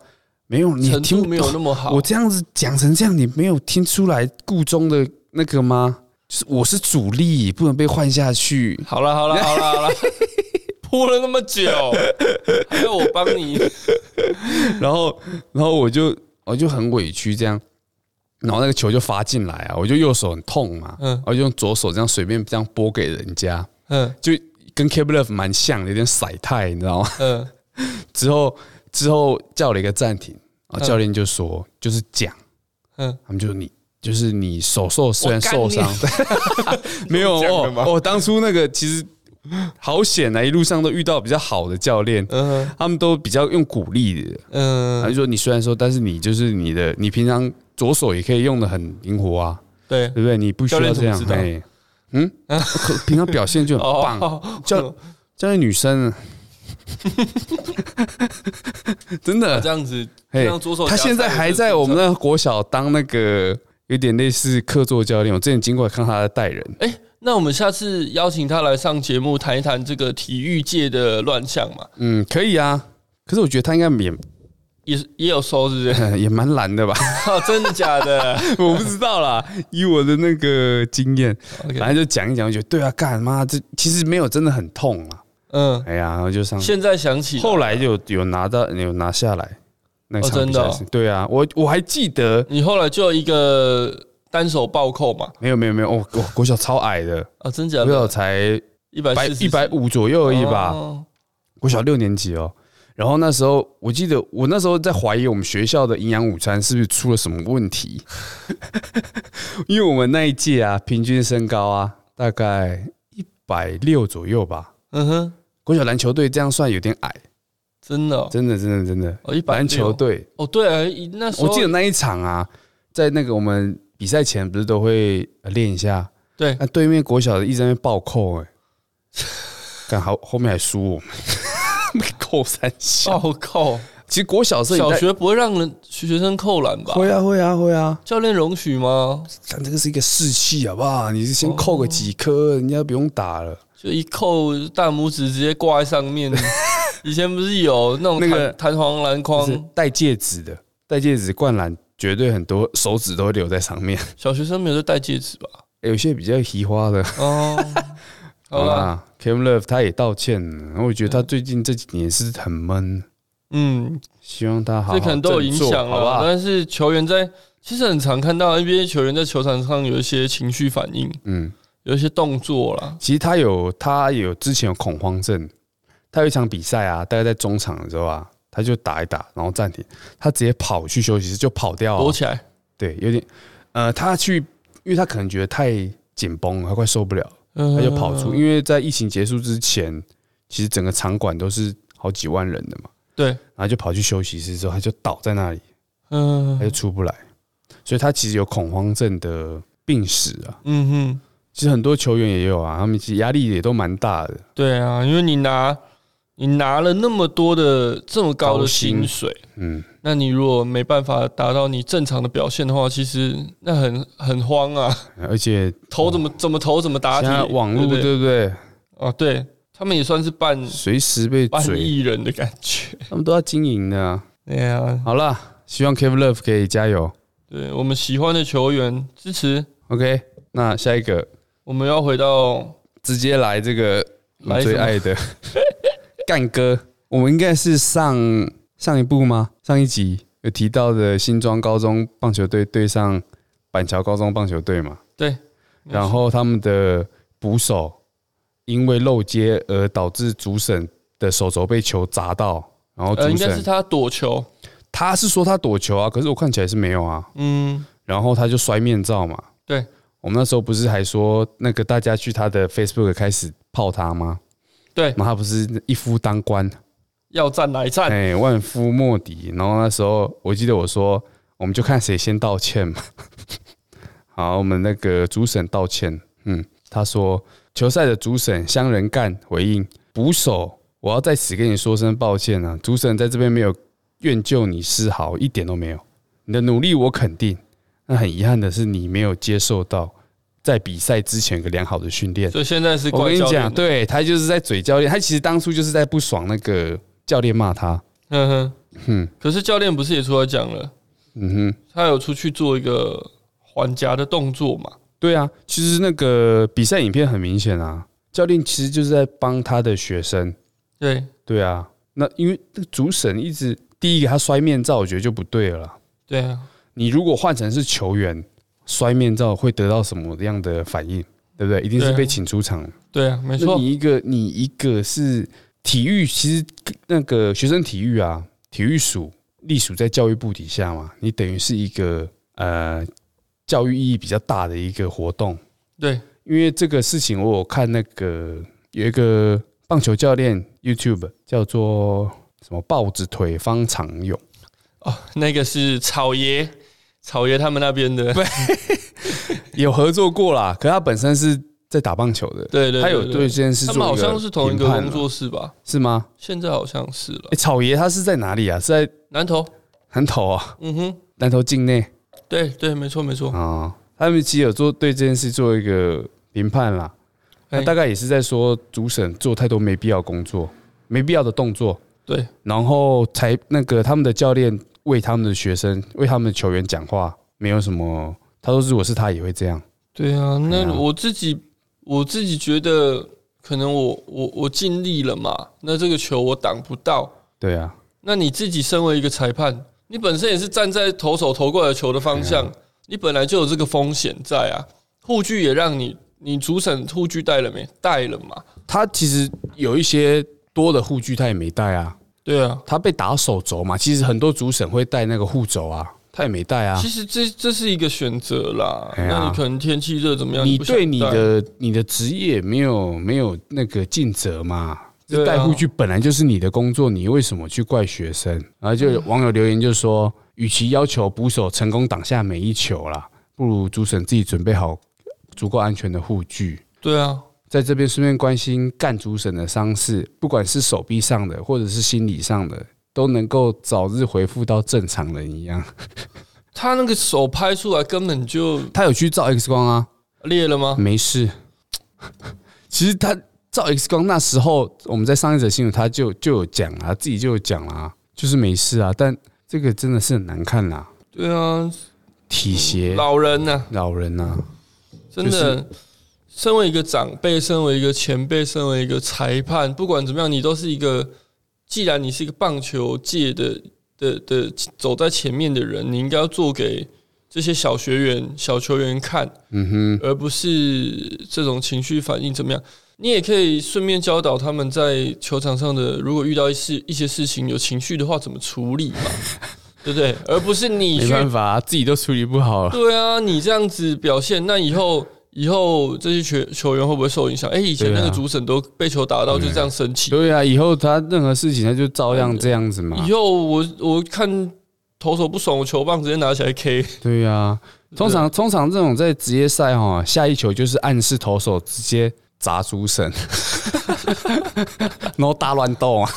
B: 没有你
A: 程
B: 听
A: 度
B: 不
A: 没有那么好。
B: 我这样子讲成这样，你没有听出来故中的那个吗？就是我是主力，不能被换下去。
A: 好了好了好了好 了，铺了那么久，还要我帮你？
B: 然后，然后我就我就很委屈这样，然后那个球就发进来啊，我就右手很痛嘛，
A: 嗯
B: 嗯，我就用左手这样随便这样拨给人家，
A: 嗯
B: 就跟 k e b l e v 蛮像的，有点甩态，你知道吗？
A: 嗯，
B: 之后之后叫了一个暂停，啊，
A: 嗯
B: 教练就说就是讲，
A: 嗯
B: 嗯，他们就你就是你手受虽
A: 我
B: 然
A: 干
B: 受伤， 没有
A: 这样的吗
B: 哦哦，当初那个其实好险啊，一路上都遇到比较好的教练，
A: 嗯
B: 他们都比较用鼓励的，他
A: 嗯，
B: 就说你虽然说，但是你就是你的，你平常左手也可以用的很灵活啊，
A: 对，
B: 对不对？你不需
A: 教练
B: 要
A: 怎
B: 这
A: 么
B: 样
A: 知，道
B: 哎，嗯， 可平常表现就很棒，
A: 哦，
B: 教教练女生啊 真的
A: 这样子，这
B: 嘿
A: 样左手夹菜
B: 他
A: 也是正常。
B: 现在还在我们那国小当那个有点类似客座教练，我之前经过看他在带人，
A: 那我们下次邀请他来上节目，谈一谈这个体育界的乱象嘛，
B: 嗯，可以啊。可是我觉得他应该也
A: 也也有收，是不 是？
B: 也蛮懒的吧，
A: 哦，真的假的
B: 我不知道啦。以我的那个经验，反
A: ？OK，
B: 正就讲一讲，我觉得对啊，干妈这其实没有真的很痛啊。
A: 嗯，
B: 哎呀，然后就上，
A: 现在想起
B: 后来就有有拿到有拿下来那
A: 哦
B: 场
A: 真
B: 比
A: 的哦
B: 赛是，对啊，我我还记得
A: 你后来就有一个单手暴扣嘛？
B: 没有没有没有，我、我国小超矮的，
A: 啊，真假
B: 国小
A: 的？
B: 才
A: 一百
B: 百
A: 四
B: 一百五左右而已吧，
A: 哦
B: 国小六年级哦。然后那时候我记得我那时候在怀疑我们学校的营养午餐是不是出了什么问题， 因为我们那一届啊，平均身高啊大概一百六左右吧。
A: 嗯哼，
B: 国小篮球队这样算有点矮，
A: 真的哦
B: 真的真的真的。
A: 哦，一百
B: 篮球队
A: 哦，对啊，一那时候
B: 我记得那一场啊，在那个我们比赛前不是都会呃练一下，
A: 对，
B: 那对面国小的一直在那边暴 扣、哎，刚好后面还输我们， 扣三下。
A: 哦靠，
B: 其实国小是
A: 小学不会让人学生扣篮吧？
B: 会啊会啊会啊，
A: 教练容许吗？
B: 但这个是一个士气好不好？你是先扣个几颗，人家不用打了。
A: 就一扣大拇指直接挂在上 面。以前不是有那种
B: 那个
A: 弹弹簧篮筐，
B: 就是戴戒指的，戴戒指灌篮绝对很多手指都会留在上面。
A: 小学生没有在戴戒指吧？
B: 有些比较奇花的，
A: 哦，好啦，
B: 啦，Cam Love 他也道歉了，然后我觉得他最近这几年是很闷，
A: 嗯，
B: 希望他好好
A: 这可能都有影
B: 振作
A: 响
B: 好不
A: 了。
B: 好？
A: 但是球员在其实很常看到 NBA 球员在球场上有一些情绪反应，
B: 嗯，
A: 有一些动作啦。
B: 其实他有他有之前有恐慌症，他有一场比赛啊，大概在中场的时候啊，他就打一打，然后暂停，他直接跑去休息室就跑掉、啊
A: 躲
B: 了。
A: 起来，
B: 对，有点呃，他去，因为他可能觉得太紧绷了，他快受不了，
A: 他
B: 他就跑
A: 呃嗯
B: 出，因为在疫情结束之前，其实整个场馆都是好几万人的嘛，
A: 对，
B: 然后就跑去休息室之后，他就倒在那里。
A: 嗯
B: 他就出不来，所以他其实有恐慌症的病史啊。
A: 嗯
B: 其实很多球员也有啊，他们其实压力也都蛮大的
A: 哼，，对啊，因为你拿你拿了那么多的这么高的
B: 高薪
A: 薪水，
B: 嗯，
A: 那你如果没办法达到你正常的表现的话，其实那很很慌啊，
B: 而且
A: 投怎么怎么投怎么打
B: 哦现
A: 铁
B: 在，网
A: 对
B: 络
A: 不对
B: 对不对，
A: 哦，对他们也算是半
B: 随时被
A: 半
B: 嘴，
A: 艺人的感觉。
B: 他们都要经营的啊。
A: 对啊，
B: 好啦，希望 Kevin Love 可以加油。
A: 对我们喜欢的球员支持，
B: OK，那下一个
A: 我们要回到
B: 直接来这个我
A: 来什
B: 最
A: 么
B: 爱的 干哥，我们应该是上上一部吗？上一集有提到的新庄高中棒球队对上板桥高中棒球队嘛？
A: 对，
B: 然后他们的捕手因为漏接而导致主审的手肘被球砸到，然后
A: 呃，
B: 主
A: 应该是
B: 审
A: 他躲球，
B: 他是说他躲球啊，可是我看起来是没有啊，
A: 嗯，
B: 然后他就摔面罩嘛。
A: 对，
B: 我们那时候不是还说那个大家去他的 Facebook 开始泡他吗？
A: 对，
B: 然后他不是一夫当关，
A: 要战来战，
B: 嗯哎，万夫莫敌。然后那时候我记得我说，我们就看谁先道歉嘛。 好，我们那个主审道歉，嗯，他说球赛的主审香人干回应捕手，我要在此跟你说声抱歉啊，主审在这边没有怨救你丝毫，一点都没有。你的努力我肯定，那很遗憾的是你没有接受到在比赛之前有个良好的训练。
A: 所以现在是
B: 我
A: 怪
B: 跟你
A: 教
B: 讲，
A: 练，，
B: 对他就是在嘴教练，他其实当初就是在不爽那个教练骂他。
A: 嗯哼
B: 嗯，
A: 可是教练不是也出来讲了，
B: 嗯哼，
A: 他有出去做一个还夹的动作嘛？
B: 对啊，其实那个比赛影片很明显啊，教练其实就是在帮他的学生。
A: 对，
B: 对啊，那因为那个主审一直第一个他摔面罩，我觉得就不对了啦。
A: 对啊，
B: 你如果换成是球员摔面罩，会得到什么样的反应？对不对？一定是
A: 对啊
B: 被请出场。
A: 对啊，没
B: 那
A: 错，
B: 你一个你一个是体育，其实那个学生体育啊，体育署隶属在教育部底下嘛，你等于是一个呃教育意义比较大的一个活动。
A: 对，
B: 因为这个事情，我有看那个有一个棒球教练 YouTube 叫做什么“豹子腿方长勇
A: 哦，那个是草爷，草爷他们那边的，”，
B: 有合作过啦。可他本身是在打棒球的，
A: 对对，
B: 他有对这件事
A: 他
B: 做
A: 们好
B: 一个
A: 像是同一个
B: 评判啊
A: 工
B: 嘛
A: 作室吧？
B: 是吗？
A: 现在好像是了
B: 哎，，草爷他是在哪里啊？是在
A: 南投，
B: 南投啊，
A: 嗯哼，
B: 南投境内
A: 对对，没错没错，
B: 啊。他们其实有做对这件事做一个评判啦，
A: 哎
B: 那大概也是在说主审做太多没必要工作、没必要的动作，
A: 对，
B: 然后才那个他们的教练为他们的学生、为他们的球员讲话，没有什么。他说，如果是他也会这样。
A: 对啊，
B: 哎
A: 那
B: 呀
A: 我自己我自己觉得，可能我我我尽力了嘛，那这个球我挡不到，
B: 对啊，
A: 那你自己身为一个裁判，你本身也是站在投手投过来的球的方向，
B: 啊
A: 你本来就有这个风险在啊，护具也让你。你主审护具带了没？带了嘛？
B: 他其实有一些多的护具他也没带啊，
A: 对啊，
B: 他被打手肘嘛，其实很多主审会带那个护肘啊，他也没带啊
A: 其。实这这是一个选择啦。
B: 哎呀
A: 那你可能天气热怎么样？
B: 你
A: 呃不想
B: 对你
A: 戴
B: 的你的职业没有没有那个尽责嘛？
A: 对啊
B: 这带护具本来就是你的工作，你为什么去怪学生？然后就
A: 嗯
B: 有网友留言就说，与其要求捕手成功挡下每一球啦，不如主审自己准备好足够安全的护具。
A: 对啊，
B: 在这边顺便关心干主审的伤势，不管是手臂上的或者是心理上的，都能够早日恢复到正常人一样。
A: 他那个手拍出来根本就
B: 他有去照 X 光啊，
A: 裂了吗？
B: 没事。 其实他照 X 光那时候，我们在上一则新闻他就就有讲啊，自己就有讲啊，就是没事啊。但这个真的是很难看啦、
A: 对啊，
B: 体协
A: 嗯老人呐、
B: 老人啊，
A: 真的，身为一个长辈，身为一个前辈，身为一个裁判，不管怎么样，你都是一个，既然你是一个棒球界的的的走在前面的人，你应该要做给这些小学员、小球员看，
B: 嗯
A: 而不是这种情绪反应怎么样。你也可以顺便教导他们在球场上的，如果遇到一事一些事情有情绪的话，怎么处 理嘛，对不对？而不是
B: 哼，
A: 你
B: 没
A: 去
B: 办法、啊，自己都处理不好了。
A: 对啊，你这样子表现，那以 后以后这些球球员会不会受影响？哎、以前
B: 对啊
A: 那个主审都被球打到就这样生气，
B: 对啊，以后他任何事情他就照样这样子嘛。
A: 以后我我看投手不爽，我球棒直接拿起来 K。
B: 对呀、通常通常这种在职业赛哈，下一球就是暗示投手直接砸主审，然后大乱斗啊，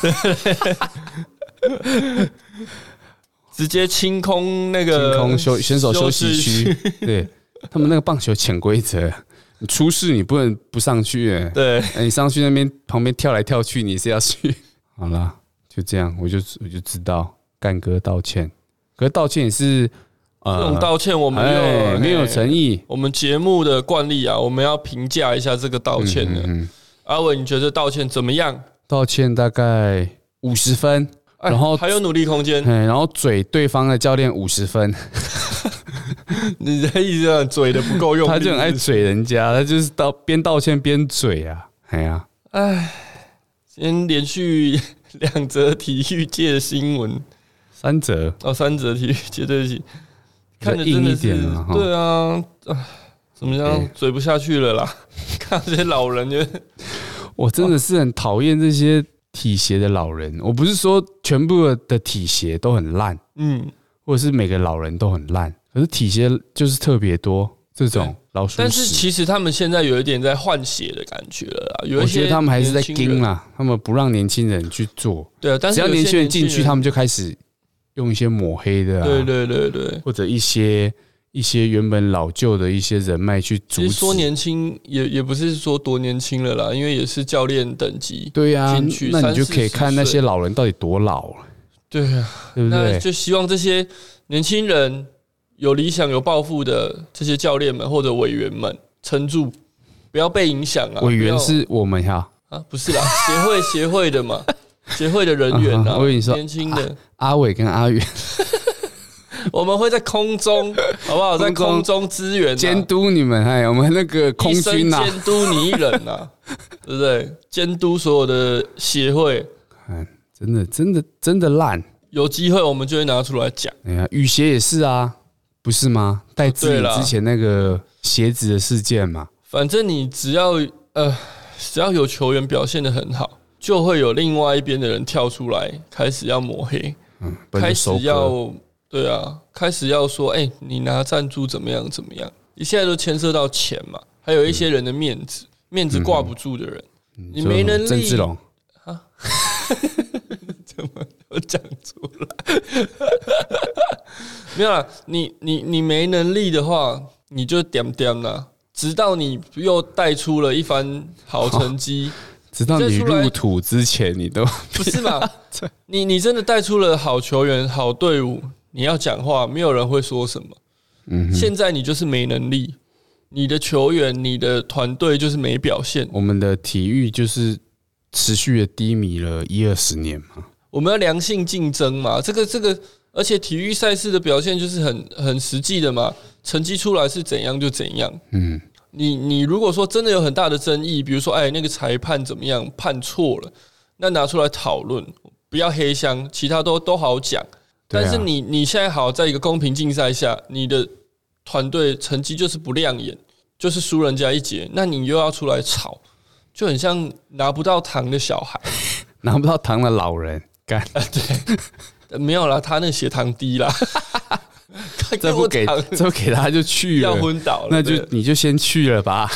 A: 直接清空那个
B: 清空休选手休息
A: 休
B: 区。 对他们那个棒球潜规则，你出事你不能不上去、欸，
A: 对，
B: 哎你上去那边旁边跳来跳去，你是要去。 好啦，就这样，我就我就知道干哥道歉，可是道歉也是
A: 这种
B: 呃，
A: 道歉我们
B: 哎
A: 要
B: 没有诚意，
A: 我们节目的惯例啊，我们要评价一下这个道歉的。
B: 嗯
A: 阿伟，你觉得道歉怎么样？
B: 道歉大概五十分，
A: 哎
B: 然后
A: 还有努力空 间，
B: 嗯，然后嘴对方的教练五十分，
A: 你在一直这样嘴的不够用力，
B: 他就很爱嘴人家，他就是道边道歉边嘴啊，哎呀、
A: 今天连续两则体育界的新闻，
B: 三折
A: 哦，三则体育界，对不起，看着
B: 比较
A: 真的
B: 硬一
A: 是
B: 点啊，哈
A: 对啊，啊怎么样
B: 哎，
A: 嘴不下去了啦， 看这些老人就
B: 我真的是很讨厌这些体协的老人，我不是说全部的体协都很烂，
A: 嗯，
B: 或者是每个老人都很烂，可是体协就是特别多这种老鼠屎，
A: 但是其实他们现在有一点在换血的感觉了啦，有一
B: 我觉
A: 些
B: 得他们还是在
A: 年轻人
B: 盯啦，他们不让年轻人去做，
A: 对啊，但是
B: 只要
A: 有
B: 年
A: 些
B: 轻人进去，他
A: 们
B: 们就开始用一些抹黑的、啊，
A: 对对对对，
B: 或者一些一些原本老旧的一些人脉去阻
A: 其
B: 止。
A: 实说年轻也也不是说多年轻了啦，因为也是教练等级，
B: 对呀、
A: 进去
B: 那
A: 三
B: 你就可以
A: 四十
B: 看那
A: 岁
B: 些老人到底多老了，
A: 对啊。
B: 对不
A: 那
B: 对？
A: 就希望这些年轻人有理想、有抱负的这些教练们或者委员们撑住，不要被影响啊！
B: 委员
A: 不
B: 是我们哈，
A: 要啊，不是啦，协会协会的 嘛，协会的人员啊，
B: 啊 哈我以为你说
A: 年轻的，
B: 阿伟跟阿远
A: 我们会在空 中，好不好？在空中支援啊
B: 监督你们，哎，我们那个空
A: 一生
B: 军啊呐、
A: 监督你一人 呐、啊，对不对？监督所有的协会，
B: 真的真的真的烂。
A: 有机会我们就会拿出来讲。
B: 哎呀，雨鞋也是啊，不是吗？戴志
A: 对
B: 颖
A: 啦
B: 之前那个鞋子的事件嘛，
A: 反正你只要呃，只要有球员表现的很好，就会有另外一边的人跳出来，开始要抹黑，
B: 嗯，不
A: 开
B: 能
A: 始
B: 收割。
A: 要对啊，开始要说，哎、你拿赞助怎么样怎么样？你现在都牵涉到钱嘛，还有一些人的面子，面子挂不住的人，
B: 嗯
A: 你没能力
B: 郑志龙，
A: 我讲出来，没有啦，你你你没能力的话，你就点点啦。直到你又带出了一番好成绩，
B: 直到
A: 再
B: 你
A: 出来
B: 入土之前，你都
A: 不是嘛？你你真的带出了好球员、好队伍，你要讲话，没有人会说什么。
B: 嗯哼，
A: 现在你就是没能力，你的球员、你的团队就是没表现。
B: 我们的体育就是持续的低迷了一二十年嘛。
A: 我们要良性竞争嘛，这个这个，而且体育赛事的表现就是很很实际的嘛，成绩出来是怎样就怎样。
B: 嗯，
A: 你你如果说真的有很大的争议，比如说哎那个裁判怎么样判错了，那拿出来讨论，不要黑箱，其他都都好讲。
B: 对啊
A: 但是你你现在好在一个公平竞赛下，你的团队成绩就是不亮眼，就是输人家一截，那你又要出来吵，就很像拿不到糖的小孩。
B: 拿不到糖的老人 干，
A: 呃没有啦，他那血糖低啦，他
B: 这不
A: 我
B: 给
A: 糖
B: 这不给他就去
A: 要
B: 了，
A: 昏倒了，
B: 那就
A: 对
B: 你就先去了 吧，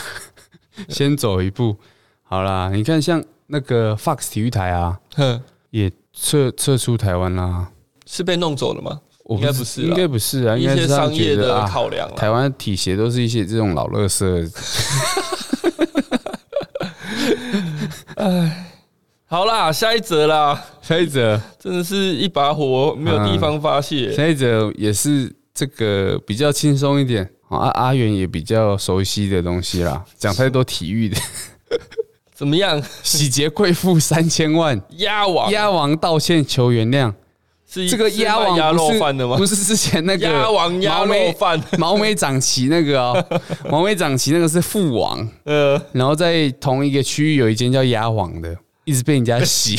B: 先走一步。好啦，你看像那个 Fox 体育台啊，
A: 哼
B: 也撤撤出台湾啦。
A: 是被弄走了吗？
B: 我
A: 应该
B: 知
A: 不是啦
B: 应该不是啊，
A: 一
B: 应该
A: 些
B: 是他们
A: 商业
B: 觉得
A: 的
B: 啊
A: 考量啦，
B: 台湾体协都是一些这种老乐色，
A: 好啦，下一则啦，
B: 下一则，
A: 真的是一把火没有地方发泄。
B: 下一则也是这个比较轻松一点啊，阿元也比较熟悉的东西啦，讲太多体育 的，
A: 怎么样？
B: 洗劫贵妇三千万，
A: 鸭王
B: 鸭王道歉求原谅，
A: 是
B: 这个鸭
A: 是卖
B: 王
A: 鸭
B: 不
A: 肉
B: 是
A: 饭的吗
B: 不？是之前那
A: 鸭
B: 个
A: 王鸭
B: 毛
A: 肉
B: 妹
A: 饭，
B: 毛眉长齐那个哦，毛眉长齐那个是父王，
A: 呃，
B: 然后在同一个区域有一间叫鸭王的，一直被人家 洗。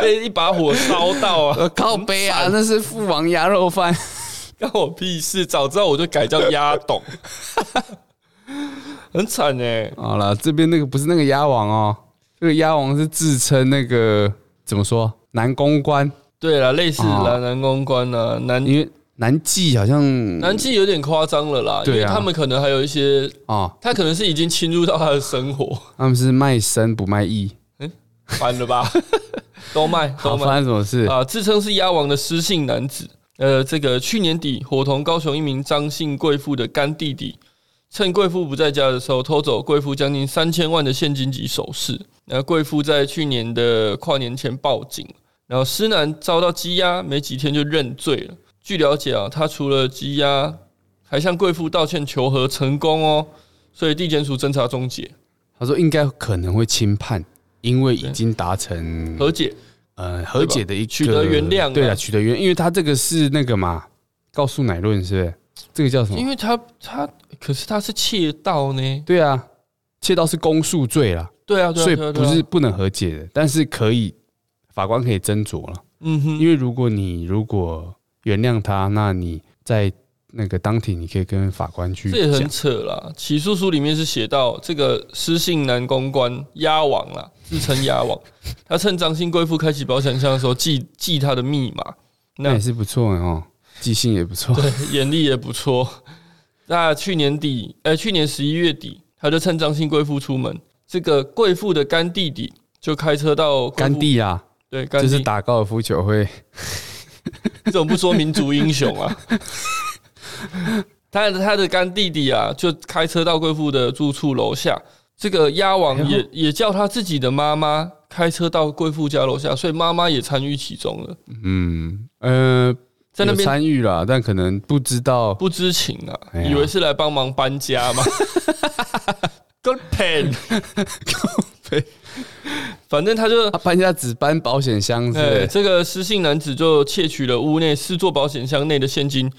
A: 被一把火烧到啊，
B: 呃，靠背啊，那是父王鸭肉饭。
A: 关我屁事！早知道我就改叫鸭 董，很惨哎。
B: 好了，这边那个不是那个鸭王哦，这个鸭王是自称那个怎么说男公关，
A: 对了，类似
B: 哦
A: 啦，南公关啊，南
B: 因为男妓好像
A: 南纪有点夸张了啦，因
B: 对啊
A: 为他们可能还有一些，
B: 哦，
A: 他可能是已经侵入到他的生活，
B: 他们是卖身不卖艺，
A: 烦了吧？都卖
B: 好
A: 都卖
B: 发生什么事？
A: 啊！自称是鸭王的失信男子，呃，这个去年底伙同高雄一名张姓贵妇的干弟弟，趁贵妇不在家的时候，偷走贵妇将近三千万的现金及首饰。那贵妇在去年的跨年前报警，然后施南遭到羁押，没几天就认罪了。据了解啊，他除了羁押，还向贵妇道歉求和成功哦，所以地检署侦查终结
B: 他说应该可能会轻判，因为已经达成
A: 和解。
B: 呃和解的一个
A: 取得原谅啊
B: 对了，取得原，因为他这个是那个嘛，告诉乃论是不是？这个叫什么
A: 因？为他他可是他是窃盗呢，
B: 对啊，窃盗是公诉罪啦。
A: 对啊，对啊，
B: 所以
A: 对啊
B: 不
A: 对啊
B: 是不能和解的，但是可以法官可以斟酌了，
A: 嗯哼，
B: 因为如果你如果原谅他，那你在那个当庭你可以跟法官去
A: 这也
B: 嗯讲
A: 很，扯啦。起诉书里面是写到这个失信男公关鸭王啦，自称鸭 王，他趁张姓贵妇开启保险箱的时候记记他的密码，
B: 那
A: 那
B: 也是不错的哦，记性也不错，
A: 眼力也不错。那去年底，呃，去年十一月底，他就趁张姓贵妇出门，这个贵妇的干弟弟就开车到贵妇
B: 甘地啊，
A: 对干
B: 这
A: 弟，
B: 是打高尔夫球会，
A: 你怎么不说民族英雄啊？他的他的干弟弟啊，就开车到贵妇的住处楼下。这个鸭王
B: 哎
A: 也也叫他自己的妈妈开车到贵妇家楼下，所以妈妈也参与其中了，
B: 嗯呃，
A: 在那
B: 有
A: 边
B: 参与了，但可能不知道
A: 不知情啊，
B: 哎呀
A: 以为是来帮忙搬家 嘛。Good pen，反正他就
B: 他搬家只搬保险箱是不
A: 哎，
B: 是，
A: 这个失信男子就窃取了屋内四座保险箱内的现金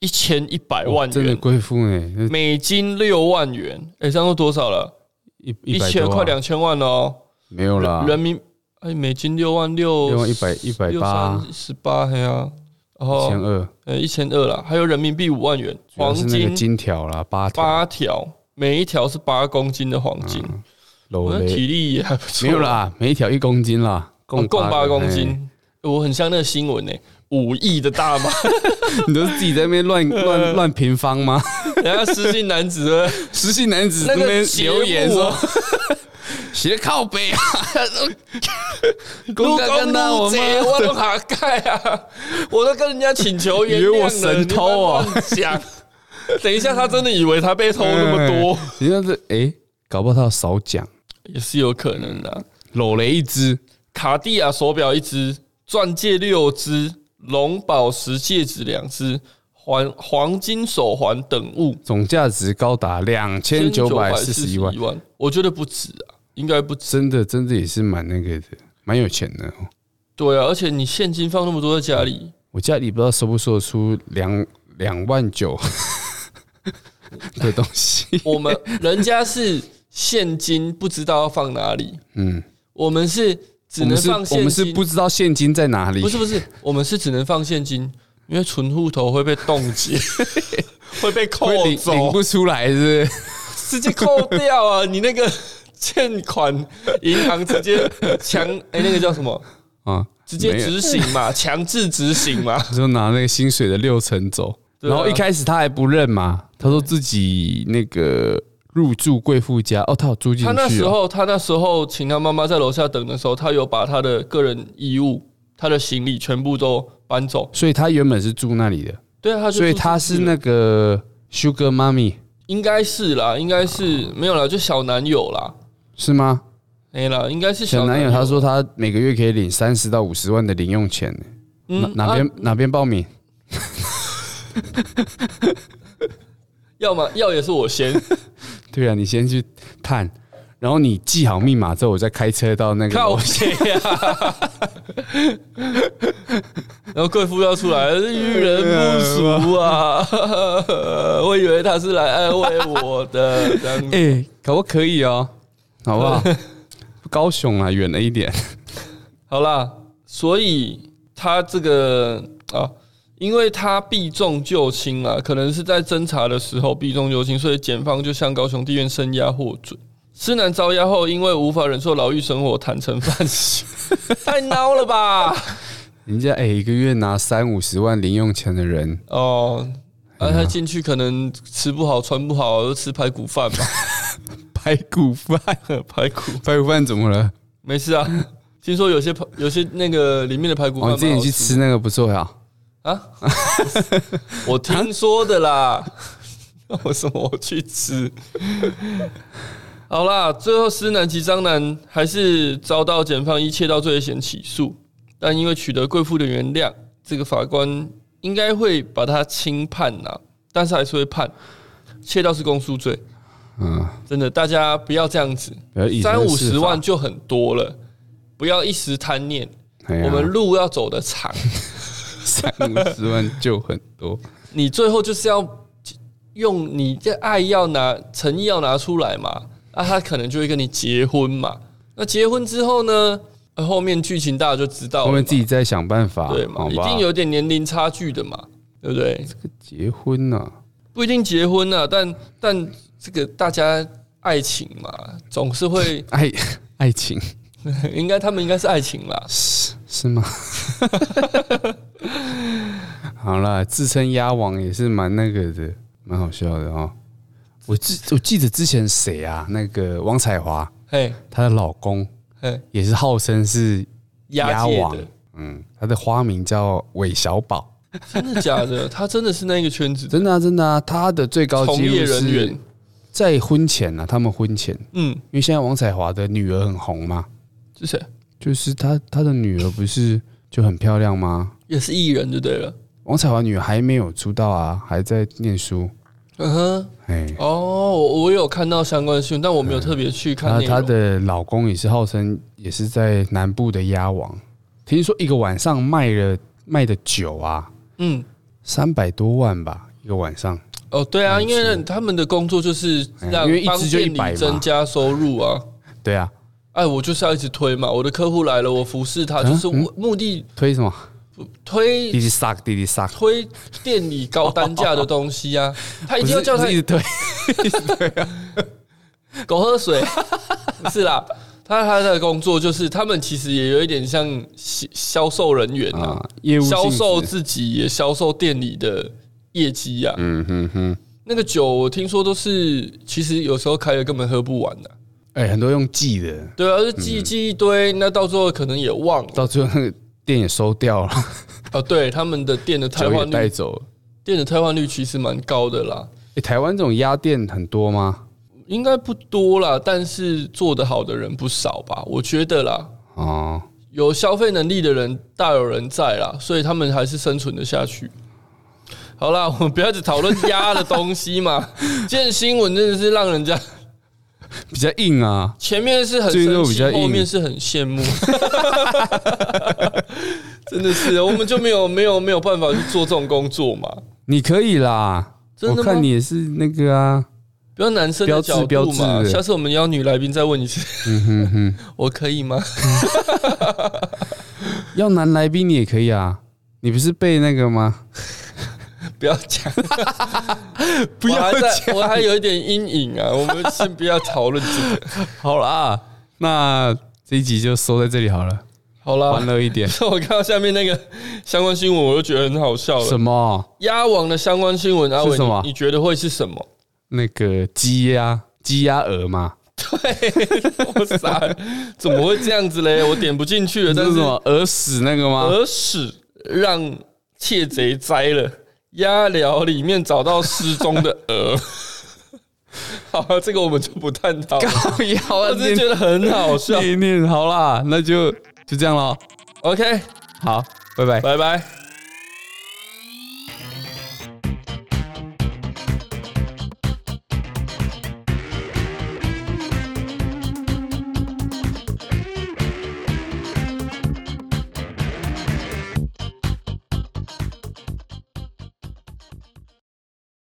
A: 一千一百
B: 哇
A: 万
B: 真的
A: 元，
B: 贵妇哎，那
A: 美金六万元，哎、这样都多少了？
B: 一
A: 一
B: 百
A: 千
B: 多啊
A: 快两千万哦，
B: 没有啦，
A: 人民哎，美金六万六，
B: 用一百一百八
A: 十八，嘿啊，然
B: 一
A: 后
B: 千二，
A: 呃一千二啦，还有人民币五万元，
B: 主要
A: 黄
B: 是那个
A: 金
B: 金条啦，八条
A: 八条，每一条是八公斤的黄金，
B: 楼
A: 我的
B: 嗯嘞
A: 体力也还不嗯错，
B: 没有，啦，每一条一公斤啦，
A: 共
B: 共
A: 共八
B: 个
A: 公。斤，我很像那个新闻呢，五亿的大妈，
B: 嘿 你都是自己在那边乱
A: 嗯
B: 乱乱平方吗？
A: 人家失信男子的
B: 实习男子
A: 那
B: 这
A: 个
B: 边
A: 节目
B: 留言说
A: 啊
B: 斜 靠背啊，
A: 路
B: 公干干
A: 公
B: 呐，
A: 路
B: 我
A: 贼
B: 们
A: 我都爬盖 啊！我都跟人家请求原谅了
B: 以为我神偷啊！
A: 你在乱讲，等一下他真的以为他被偷那么多，
B: 你看这 哎，搞不好他要少讲，
A: 也是有可能的啊、
B: 搂了一只，
A: 卡地亚手表一只，钻戒六只，龙宝石戒指两只，黄黄金手环等物
B: 总价值高达两千九百四十一万，
A: 1941万，我觉得不止啊，应该不止。
B: 真的真的也是蛮那个的，蛮有钱的哦。
A: 对啊，而且你现金放那么多在家里，
B: 我家里不知道收不收得出两两万九 的东西，
A: 我们人家是现金不知道要放哪里，
B: 嗯。
A: 我们是只能放现
B: 我们是我们是
A: 金，
B: 不知道现金在哪里，
A: 不是不是，我们是只能放现金，因为存户头会被冻 结，会被扣
B: 会领领
A: 走，
B: 不出来，是不是？
A: 直接扣掉啊！你那个欠款，银行直接强 哎、那个叫什么？
B: 啊，
A: 直接
B: 没有
A: 执行嘛，强制执行 嘛。
B: 就拿那个薪水的六成走。
A: 对啊
B: 然后一开始他还不认嘛，他说自己那个入住贵妇家，哦，他有住进去、
A: 他
B: 哦。
A: 那时候，他那时候请他妈妈在楼下等的时候，他有把他的个人衣物、他的行李全部都搬走。
B: 所以他原本是住那里的，
A: 对啊，他就
B: 所以
A: 住进
B: 他
A: 去
B: 是
A: 了
B: 那个 Sugar Mommy
A: 应该是啦，应该是没有啦，就小男友啦，
B: 是吗？
A: 没啦，应该是
B: 小
A: 男
B: 男友他说他每个月可以领三十到五十万的零用钱呢，
A: 嗯
B: 哪哪边、
A: 啊
B: 哪边报名？
A: 要么要也是我 先，
B: 对啊，你先去探，然后你记好密码之后，我再开车到那个
A: 靠
B: 楼。
A: 谁呀？ 然后贵妇要出来，遇人不淑啊！ 我以为他是来安慰我的，这样子
B: 哎、可不可以哦？好不好？高雄啊，远了一点。
A: 好啦，所以他这个啊，因为他避重就轻啊，可能是在侦查的时候避重就轻，所以检方就向高雄地院声押获准。施南遭押后，因为无法忍受牢狱生活，坦诚犯 行，太孬了吧？
B: 人家哎、一个月拿三五十万零用钱的人，
A: 哦，啊，他进去可能吃不好、穿不好，就吃排骨饭吧，
B: 排骨饭，
A: 排骨
B: 排骨饭怎么了？
A: 没事啊。听说有些排有些那个里面的排骨
B: 我、
A: 饭蛮
B: 哦、
A: 好
B: 之前去吃那个不错呀，
A: 啊，我听说的啦，啊 为什么我去吃？好啦，最后施南及张南还是遭到检方以窃盗罪嫌起诉，但因为取得贵妇的原谅，这个法官应该会把他轻判呐、但是还是会判窃盗是公诉罪，
B: 嗯，
A: 真的，大家不要这样子，
B: 不要以身
A: 三五
B: 试
A: 十
B: 法
A: 万，就很多了，不要一时贪念，
B: 哎呀
A: 我们路要走得长。
B: 三五十万就很多。
A: 你最后就是要用你这爱要拿诚意要拿出来嘛，那、他可能就会跟你结婚嘛。那结婚之后呢，呃后面剧情大家就知道了嘛，
B: 后面自己再想办法，
A: 对嘛，
B: 好
A: 一
B: 吧
A: 定有点年龄差距的嘛，对不对？
B: 结婚呢、啊，
A: 不一定结婚啊，但但这个大家爱情嘛，总是 会，
B: 爱爱情
A: 应该他们应该是爱情啦。
B: 是是吗？ 好啦，自称鸭王也是蛮那个的，蛮好笑的哦。我记我记得之前谁啊？那个王彩华，
A: 嘿，
B: 她的老公
A: 嘿，
B: 也是号称是
A: 押解
B: 王
A: 的，，
B: 嗯，他的花名叫韦小宝，
A: 真的假 的？他真的是那个圈子的
B: 真的、啊、真的、啊，他的最高
A: 从
B: 纪
A: 业
B: 录
A: 人
B: 是
A: 员，
B: 在婚前啊，他们婚前，
A: 嗯，
B: 因为现在王彩华的女儿很红嘛，
A: 是谁？
B: 就是他他的女儿不是就很漂亮吗？
A: 也是艺人就对了。
B: 王彩华女儿还没有出道啊，还在念书，
A: 嗯哼，
B: 哎、
A: 哦，我我有看到相关的新闻，但我没有特别去看
B: 她
A: 内容。
B: 她啊的老公也是号称也是在南部的鸭王，听说一个晚上卖了卖的酒啊，
A: 嗯，
B: 三百多万吧，一个晚上。
A: 哦，对啊，
B: 没
A: 因为他们的工作就是
B: 哎
A: 让
B: 因为一
A: 帮
B: 支就
A: 店
B: 100
A: 里
B: 嘛
A: 增加收入啊。
B: 对啊，
A: 哎，我就是要一直推嘛，我的客户来了，我服侍他，
B: 嗯
A: 就是我目的
B: 推什么？滴
A: 推
B: 滴 suck，滴滴 suck，
A: 推店里高单价的东西啊。他一定要叫
B: 不
A: 他
B: 是一直推。
A: 狗喝水， 不是啦。他他的工作就是，他们其实也有一点像销销售人员啊，
B: 啊，业务性质
A: 销售，自己也销售店里的业绩啊。
B: 嗯哼哼，
A: 那个酒我听说都是，其实有时候开了根本喝不完的、
B: 哎、很多用寄的，
A: 对啊，就记记一堆，那到最后可能也忘了。
B: 到最后那个店也收掉了，
A: 啊，对，他们的店的汰
B: 酒也
A: 换
B: 带
A: 率，
B: 走了。
A: 店的汰换率其实蛮高的啦，
B: 哎、台湾这种鸭店很多吗？
A: 应该不多啦，但是做得好的人不少吧，我觉得啦，
B: 哦，
A: 有消费能力的人大有人在啦，所以他们还是生存得下去。好啦，我们不要只讨论鸭的东西嘛，今天新闻真的是让人家
B: 比较硬啊，
A: 前面是很
B: 最
A: 生
B: 弱比
A: 气，
B: 较硬
A: 后面是很羡慕， 真的是，我们就没有没有没有办法去做这种工作嘛？
B: 你可以啦。
A: 真的
B: 我
A: 吗
B: 看你也是那个啊，
A: 不要男生的角
B: 标
A: 度
B: 志标
A: 嘛。
B: 志
A: 下次我们邀女来宾再问一次，
B: 嗯哼哼，
A: 我可以吗？
B: 要男来宾你也可以啊，你不是被那个吗？
A: 不要讲，
B: 不要
A: 我还在
B: 讲
A: 我还有一点阴影啊。我们先不要讨论这 个，
B: 好啦，那这一集就收在这里好了，
A: 好啦
B: 欢。乐一点。
A: 是我看到下面那个相关新闻，我就觉得很好笑了。
B: 什么？
A: 鸭王的相关新闻，阿
B: 是
A: 伟，
B: 什么
A: 你你觉得会是什么？
B: 那个鸡鸭鸡鸭鹅嘛？
A: 我傻了，怎么会这样子嘞？我点不进去了，
B: 这
A: 但
B: 是什
A: 是
B: 么鹅屎那个吗？
A: 耳屎让窃贼摘了，鸭寮里面找到失踪的鹅。 好，这个我们就不探讨了。
B: 高腰啊
A: 我只是觉得很好笑。
B: 念念好啦，那就就这样咯。
A: OK，
B: 好，拜拜。
A: 拜拜。